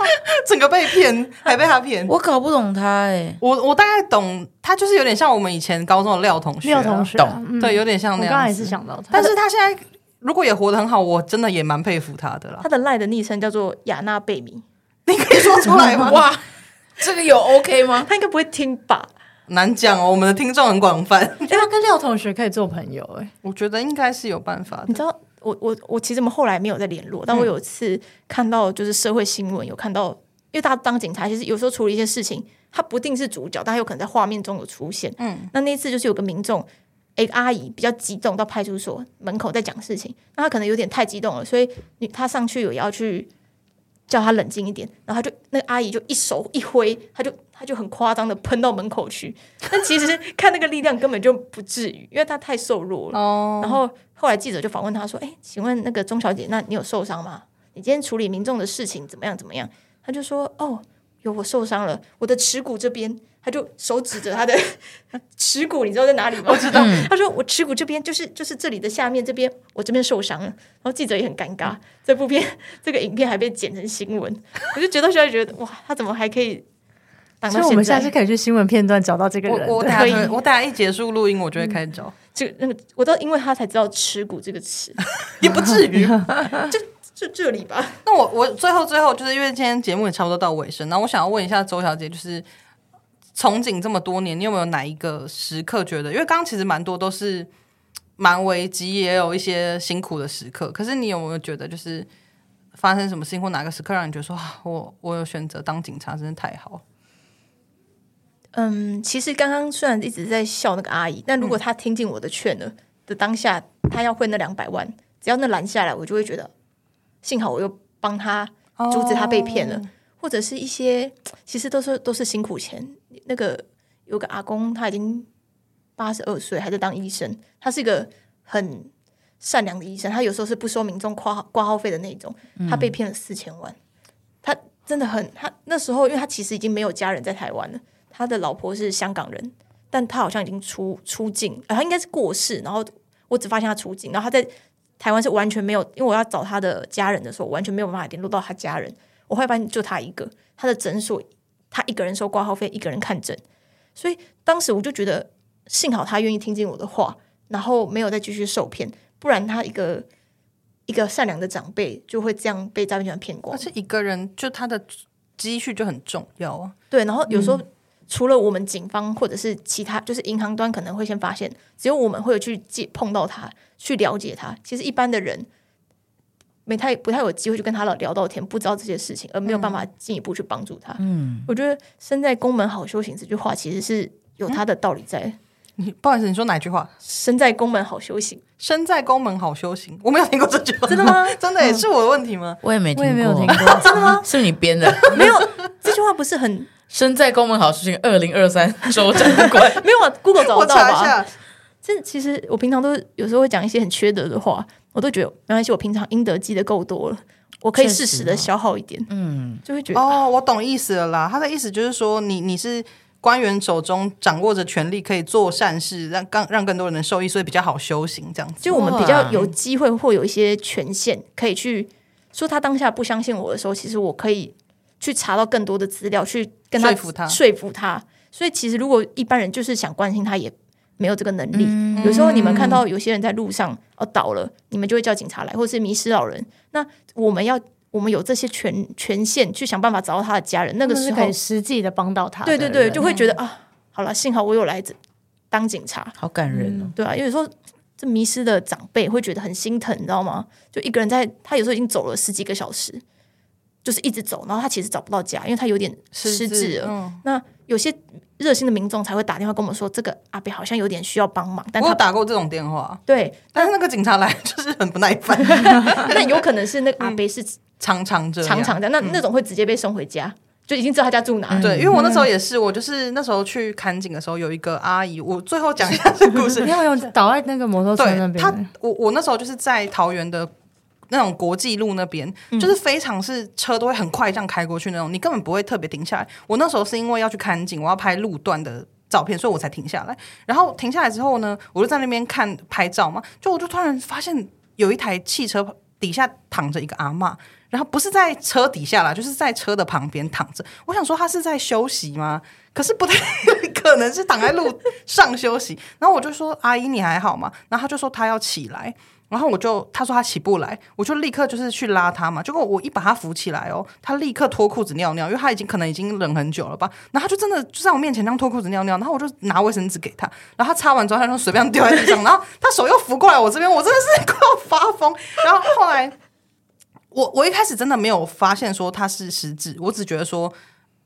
Speaker 1: 整个被骗，还被他骗。
Speaker 2: 我搞不懂他哎、
Speaker 1: 我我大概懂，他就是有点像我们以前高中的廖同学，啊
Speaker 3: 廖同学，
Speaker 2: 啊懂
Speaker 3: 嗯
Speaker 1: 对，有点像
Speaker 3: 我
Speaker 1: 那
Speaker 3: 刚刚
Speaker 1: 样
Speaker 3: 也
Speaker 1: 子。
Speaker 3: 是想到他，
Speaker 1: 但是他现在如果也活得很好，我真的也蛮佩服他的啦
Speaker 4: 他。的赖的昵称叫做雅娜贝米，
Speaker 1: 你可以说出来吗？ 哇，
Speaker 2: 哇，这个有 OK 吗？
Speaker 4: 他应该不会听吧？
Speaker 1: 难讲哦，我们的听众很广泛，
Speaker 3: 哎，他跟廖同学可以做朋友哎，
Speaker 1: 我觉得应该是有办法
Speaker 4: 你
Speaker 1: 的。
Speaker 4: 知道，我我我其实我们后来没有再联络，但我有一次看到就是社会新闻，有看到，因为大家当警察，其实有时候处理一些事情，他不定是主角，但他有可能在画面中有出现。嗯，那那一次就是有个民众。一个阿姨比较激动，到派出所门口在讲事情，那她可能有点太激动了，所以你她上去有要去叫她冷静一点，然后她就那个阿姨就一手一挥，她就她就很夸张的喷到门口去，但其实看那个力量根本就不至于，因为她太瘦弱了。
Speaker 1: 哦，
Speaker 4: 然后后来记者就访问他说：“哎，请问那个钟小姐，那你有受伤吗？你今天处理民众的事情怎么样？怎么样？”他就说：“哦，有，我受伤了，我的耻骨这边。”他就手指着他的 耻骨，你知道在哪里吗？我知道。他说：“我耻骨这边，就是就是这里的下面这边，我这边受伤了。”然后记者也很尴尬，这部片这个影片还被剪成新闻，我就觉得现在觉得哇，他怎么还可以挡
Speaker 3: 所
Speaker 4: 到
Speaker 3: 以我们
Speaker 4: 现
Speaker 3: 下次
Speaker 4: 在？
Speaker 3: 可以去新闻片段找到这个
Speaker 1: 我
Speaker 3: 人。
Speaker 1: 我
Speaker 3: 对嗯
Speaker 1: 等
Speaker 4: 可
Speaker 1: 下
Speaker 4: 以
Speaker 1: 我等下一结束录音，我就会开始找，
Speaker 4: 就那个，我都因为他才知道耻骨这个词，
Speaker 1: 也不至于。
Speaker 4: 就这里吧。
Speaker 1: 那我我最后最后就是因为今天节目也差不多到尾声，然后我想要问一下周小姐，就是从警这么多年，你有没有哪一个时刻觉得，因为刚刚其实蛮多都是蛮危机，也有一些辛苦的时刻，可是你有没有觉得就是发生什么事情或哪个时刻让你觉得说，啊、我我有选择当警察真的太好？
Speaker 4: 嗯，其实刚刚虽然一直在笑那个阿姨，但如果她听进我的劝了、的当下，她要汇那两百万，只要那拦下来，我就会觉得幸好我又帮她阻止她被骗
Speaker 1: 哦
Speaker 4: 了，或者是一些其实都是都是辛苦钱。那个有个阿公，他已经八十二岁，还在当医生，他是一个很善良的医生，他有时候是不收民众挂号挂号费的那种，他被骗了四千万，他真的很他那时候，因为他其实已经没有家人在台湾了。他的老婆是香港人，但他好像已经出出境，呃他应该是过世，然后我只发现他出境，然后他在台湾是完全没有，因为我要找他的家人的时候，我完全没有办法联络到他家人，我后来发现就他一个，他的诊所他一个人收挂号费，一个人看诊，所以当时我就觉得幸好他愿意听进我的话，然后没有再继续受骗，不然他一个一个善良的长辈就会这样被诈骗集团骗光
Speaker 1: 而。且一个人就他的积蓄就很重要啊。
Speaker 4: 对，然后有时候、除了我们警方或者是其他，就是银行端可能会先发现，只有我们会有去接碰到他，去了解他。其实一般的人没太不太有机会去跟他聊聊到天，不知道这些事情，而没有办
Speaker 1: 嗯
Speaker 4: 法进一步去帮助他。嗯，我觉得“身在宫门好修行”这句话其实是有它的道理在。
Speaker 1: 你不好意思，你说哪句话？
Speaker 4: 身在宫门好修行，
Speaker 1: 身在宫门好修行，我没有听过这句话，真的吗？ 真
Speaker 4: 嗯
Speaker 1: 的耶、是我的问题吗？
Speaker 2: 我也没听
Speaker 3: 我也没有听
Speaker 2: 过，
Speaker 3: 过，真的 吗？
Speaker 2: 是你编的。
Speaker 4: 没有这句话不 是很
Speaker 2: 身在宫门好修行，二零二三 州长官
Speaker 4: 没有啊？Google 找
Speaker 1: 我
Speaker 4: 得到
Speaker 1: 查一
Speaker 4: 吧？
Speaker 1: 下，
Speaker 4: 这其实我平常都有时候会讲一些很缺德的话，我都觉得没关系，我平常应得积的够多了，我可以适时的消耗一点，嗯，就会觉得、
Speaker 1: 哦，我懂意思了啦。他的意思就是说，你你是官员手中掌握着权力，可以做善事，让更让更多人能受益，所以比较好修行这样子。
Speaker 4: 就我们比较有机会或有一些权限可以去说他当下不相信我的时候，其实我可以去查到更多的资料，去跟他
Speaker 1: 说服他
Speaker 4: 说服他。所以其实如果一般人就是想关心他，也没有这个能力。
Speaker 3: 嗯
Speaker 4: 有时候你们看到有些人在路上哦倒了，你们就会叫警察来，或者是迷失老人。那我们要我们有这些权权限去想办法找到他的家人。那
Speaker 3: 那
Speaker 4: 个
Speaker 3: 个
Speaker 4: 时
Speaker 3: 是
Speaker 4: 候
Speaker 3: 可以，实际的帮到他的
Speaker 4: 对
Speaker 3: 人。
Speaker 4: 对对，就会觉得啊，好了，幸好我有来这当警察。
Speaker 2: 好感人哦。
Speaker 4: 对啊，因为有时候这迷失的长辈会觉得很心疼，你知道吗？就一个人在，他有时候已经走了十几个小时，就是一直走，然后他其实找不到家，因为他有点失智了。
Speaker 1: 嗯，
Speaker 4: 那有些热心的民众才会打电话跟我们说，这个阿伯好像有点需要帮忙，但
Speaker 1: 我有
Speaker 4: 他
Speaker 1: 打过这种电话，
Speaker 4: 对，
Speaker 1: 但是那个警察来 就是很不耐烦，
Speaker 4: 但有可能是那个
Speaker 1: 嗯
Speaker 4: 阿伯是
Speaker 1: 常常这样，
Speaker 4: 常常的，那那种会直接被送回家，就已经知道他家住哪了。
Speaker 1: 嗯对，因为我那时
Speaker 4: 嗯
Speaker 1: 候也是，我就是那时候去看景的时候，有一个阿姨，我最后讲一下这故事
Speaker 3: 嗯你。要用倒在那个摩托车那
Speaker 1: 对
Speaker 3: 边
Speaker 1: 她，我我那时候就是在桃园的那种国际路那边，
Speaker 3: 嗯
Speaker 1: 就是非常是车都会很快这样开过去那种，你根本不会特别停下来。我那时候是因为要去看景，我要拍路段的。照片，所以我才停下来。然后停下来之后呢，我就在那边看拍照嘛，就我就突然发现有一台汽车底下躺着一个阿嬷，然后不是在车底下啦，就是在车的旁边躺着。我想说她是在休息吗？可是不太可能是躺在路上休息。然后我就说：“阿姨，你还好吗？”然后她就说她要起来。然后我就她说她起不来，我就立刻就是去拉她嘛。结果我一把她扶起来哦，她立刻脱裤子尿尿，因为她已经可能已经忍很久了吧。然后她就真的就在我面前这样脱裤子尿尿，然后我就拿卫生纸给她，然后她擦完之后她就随便丢在地上，然后她手又扶过来我这边，我真的是快要发疯。然后后来我我一开始真的没有发现说他是失智，我只觉得说，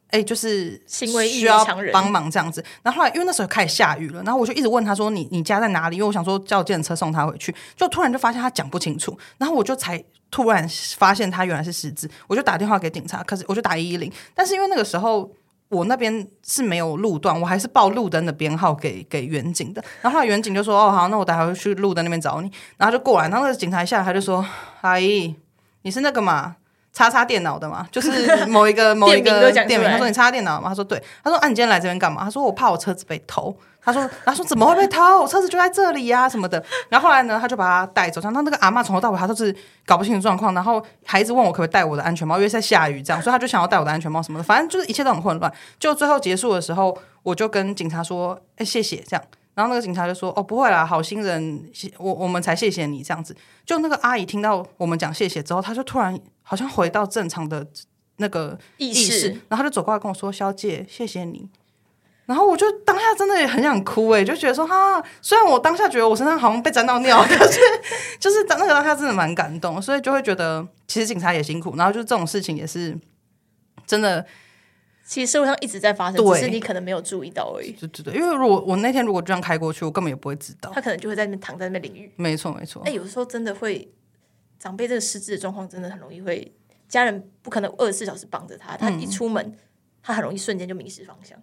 Speaker 1: 哎、就是
Speaker 4: 行为异于
Speaker 1: 需要
Speaker 4: 常人
Speaker 1: 帮忙这样子。然后后来因为那时候开始下雨了，然后我就一直问他说你你家在哪里？因为我想说叫计程车送他回去，就突然就发现他讲不清楚，然后我就才突然发现他原来是失智，我就打电话给警察，可是我就打一一零，但是因为那个时候。我那边是没有路段，我还是报路灯的编号给给远景的。然后后来远景就说：“哦，好，那我待会去路灯那边找你。”然后就过来，然后那个警察一下来，他就说：“阿姨，你是那个嘛？叉叉电脑的嘛， 就是某一 个某一
Speaker 4: 店名
Speaker 1: 个
Speaker 4: 都讲出来
Speaker 1: 店名。他说你叉叉电脑嘛，他说对。他说啊，你今天来这边干嘛？他说我怕我车子被偷。他说，他说怎么会被偷？我车子就在这里啊呀、什么的。然后后来呢，他就把他带走。然后那个阿嬷从头到尾，她都是搞不清楚状况，然后还一直问我可不可以戴我的安全帽，因为在下雨这样，所以他就想要戴我的安全帽什么的。反正就是一切都很混乱。就最后结束的时候，我就跟警察说：“哎、谢谢。”这样。然后那个警察就说：“哦，不会啦，好心人，谢我我们才谢谢你这样子。”就那个阿姨听到我们讲谢谢之后，她就突然好像回到正常的那个
Speaker 4: 意
Speaker 1: 意识
Speaker 4: 识，
Speaker 1: 然后她就走过来跟我说：“肖姐，谢谢你。”然后我就当下真的也很想哭诶、就觉得说哈，虽然我当下觉得我身上好像被沾到尿， 可是就是当那个当下真的蛮感动，所以就会觉得其实警察也辛苦，然后就是这种事情也是真的
Speaker 4: 其实社会上一直在发生，
Speaker 1: 对
Speaker 4: 只是你可能没有注意到而已。
Speaker 1: 对对对，因为如果我那天如果这样开过去，我根本也不会知道。
Speaker 4: 他可能就会在那边躺在那边淋雨。
Speaker 1: 没错没错，
Speaker 4: 哎、有时候真的会，长辈这个失智的状况真的很容易会，家人不可能二十四小时帮着他，他
Speaker 1: 嗯
Speaker 4: 一出门，他很容易瞬间就迷失方向。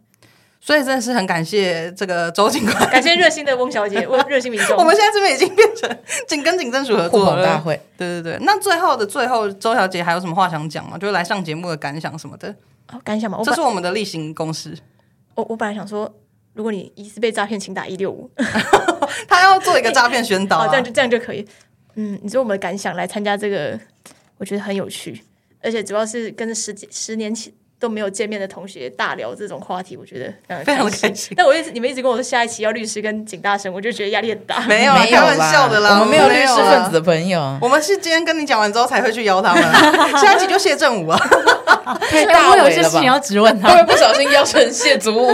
Speaker 1: 所以真的是很感谢这个周警官。
Speaker 4: 感谢热心的翁小姐，温热心民 众。
Speaker 1: 我们现在这边已经变成 警跟警政嗯署合
Speaker 2: 互
Speaker 1: 作
Speaker 2: 捧大
Speaker 1: 了。
Speaker 2: 会，
Speaker 1: 对对对，那最后的最后，周小姐还有什么话想讲吗？就是来上节目的感想什么的，
Speaker 4: 哦感想嘛，我
Speaker 1: 这
Speaker 4: 本
Speaker 1: 是我们的例行公事。
Speaker 4: 我我本来想说，如果你疑似被诈骗，请打一六
Speaker 1: 啊
Speaker 4: 五，
Speaker 1: 他要做一个诈骗宣 导、
Speaker 4: 好，
Speaker 1: 啊，
Speaker 4: 这样就这样就可以。嗯，你说我们的感想来参加这个，我觉得很有趣。而且主要是跟十几十年前都没有见面的同学大聊这种话题，我觉得
Speaker 1: 非常的
Speaker 4: 开
Speaker 1: 开 心
Speaker 4: 但我一直你们一直跟我说下一期要律师跟警大生，我就觉得压力很大。
Speaker 1: 没有啦，
Speaker 2: 没有
Speaker 1: 开玩
Speaker 2: 啦
Speaker 1: 笑的啦，啊
Speaker 2: 我们没有律师分子
Speaker 1: 啦。
Speaker 2: 的朋友，
Speaker 1: 我们是今天跟你讲完之后才会去邀他们， 下一集就谢振武啊，
Speaker 2: 太
Speaker 3: 所以
Speaker 2: 大
Speaker 3: 我有一
Speaker 2: 伟
Speaker 3: 些
Speaker 2: 了
Speaker 3: 事情要
Speaker 2: 吧？
Speaker 3: 质问
Speaker 2: 会不
Speaker 3: 他。
Speaker 2: 会不小心邀成谢祖武？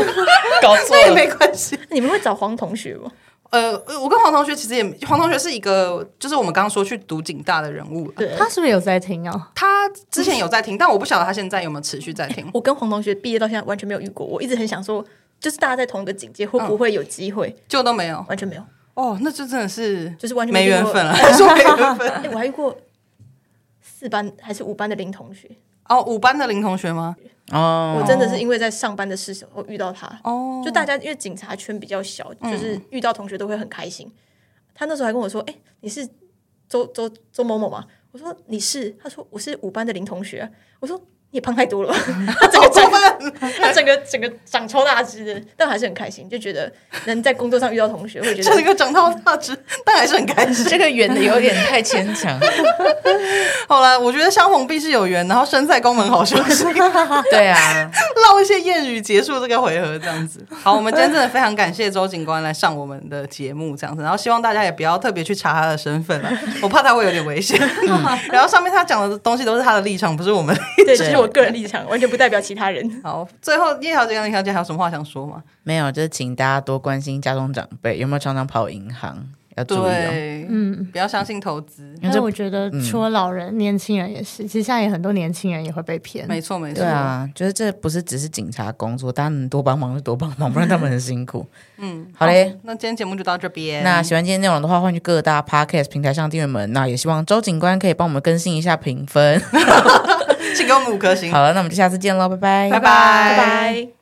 Speaker 2: 搞错
Speaker 1: 那也
Speaker 2: 了，
Speaker 1: 没关系。
Speaker 4: 你们会找黄同学吗？
Speaker 1: 呃，我跟黄同学其实也，黄同学是一个，就是我们刚刚说去读警大的人物，
Speaker 4: 对，
Speaker 3: 他是不是有在听啊？
Speaker 1: 他之前有在听，但我不晓得他现在有没有持续在 听。
Speaker 4: 我跟黄同学毕业到现在完全没有遇过，我一直很想说，就是大家在同一个警界会不会有机会？
Speaker 1: 就都没有
Speaker 4: 完全没有，
Speaker 1: 哦，那就真的是
Speaker 4: 就是完全
Speaker 1: 没
Speaker 4: 遇过
Speaker 1: 缘分了， 还说没缘分。
Speaker 4: 哎、我还遇过四班还是五班的林同学，
Speaker 1: 哦，五班的林同学吗？
Speaker 2: 哦
Speaker 4: 我真的是因为在上班的事情我遇到他，
Speaker 1: 哦，
Speaker 4: 就大家因为警察圈比较小，就是遇到同学都会很开心。他那时候还跟我说：“哎、你是周周周某某吗？”我说：“你是。”他说：“我是五班的林同学。”啊我说：“你也胖太多了吧。” 他整个长， 他整个整个长超大只的，但我还是很开心，就觉得能在工作上遇到同学，会 觉
Speaker 1: 这
Speaker 4: 得
Speaker 1: 一个长到大只，但还是很开心。
Speaker 2: 这个圆的有点太牵强。
Speaker 1: 好了，我觉得相逢必是有缘，然后身在宫门好 修行，
Speaker 2: 对啊，
Speaker 1: 唠一些谚语结束这个回合，这样子。好，我们今天真的非常感谢周警官来上我们的节目，这样子。然后希望大家也不要特别去查他的身份了，我怕他会有点危险。然后上面他讲的东西都是他的立场，不是我们。
Speaker 4: 对，这是我个人立场，完全不代表其他人。
Speaker 1: 好，最后叶小姐跟林小姐还有什么话想说吗？
Speaker 2: 没有，就是请大家多关心家中长辈有没有常常跑银行，要注意哦。
Speaker 1: 对，
Speaker 3: 嗯，
Speaker 1: 啊不要相信投资。
Speaker 2: 因为
Speaker 3: 但
Speaker 2: 这
Speaker 3: 我觉得
Speaker 2: 嗯
Speaker 3: 除了老人，年轻人也是。其实现在也很多年轻人也会被骗。
Speaker 1: 没错，没错。
Speaker 2: 对啊，就是这不是只是警察工作，大家能多帮忙就多帮忙，不然他们很辛苦。嗯，好嘞。
Speaker 1: 那今天节目就到这边。
Speaker 2: 那喜欢今天内容的话，欢迎去各大 podcast 平台上订阅我们。那也希望周警官可以帮我们更新一下评分。
Speaker 1: 请给我们五颗星。
Speaker 2: 好了，那我们就下次见喽，拜拜，
Speaker 1: 拜
Speaker 4: 拜拜。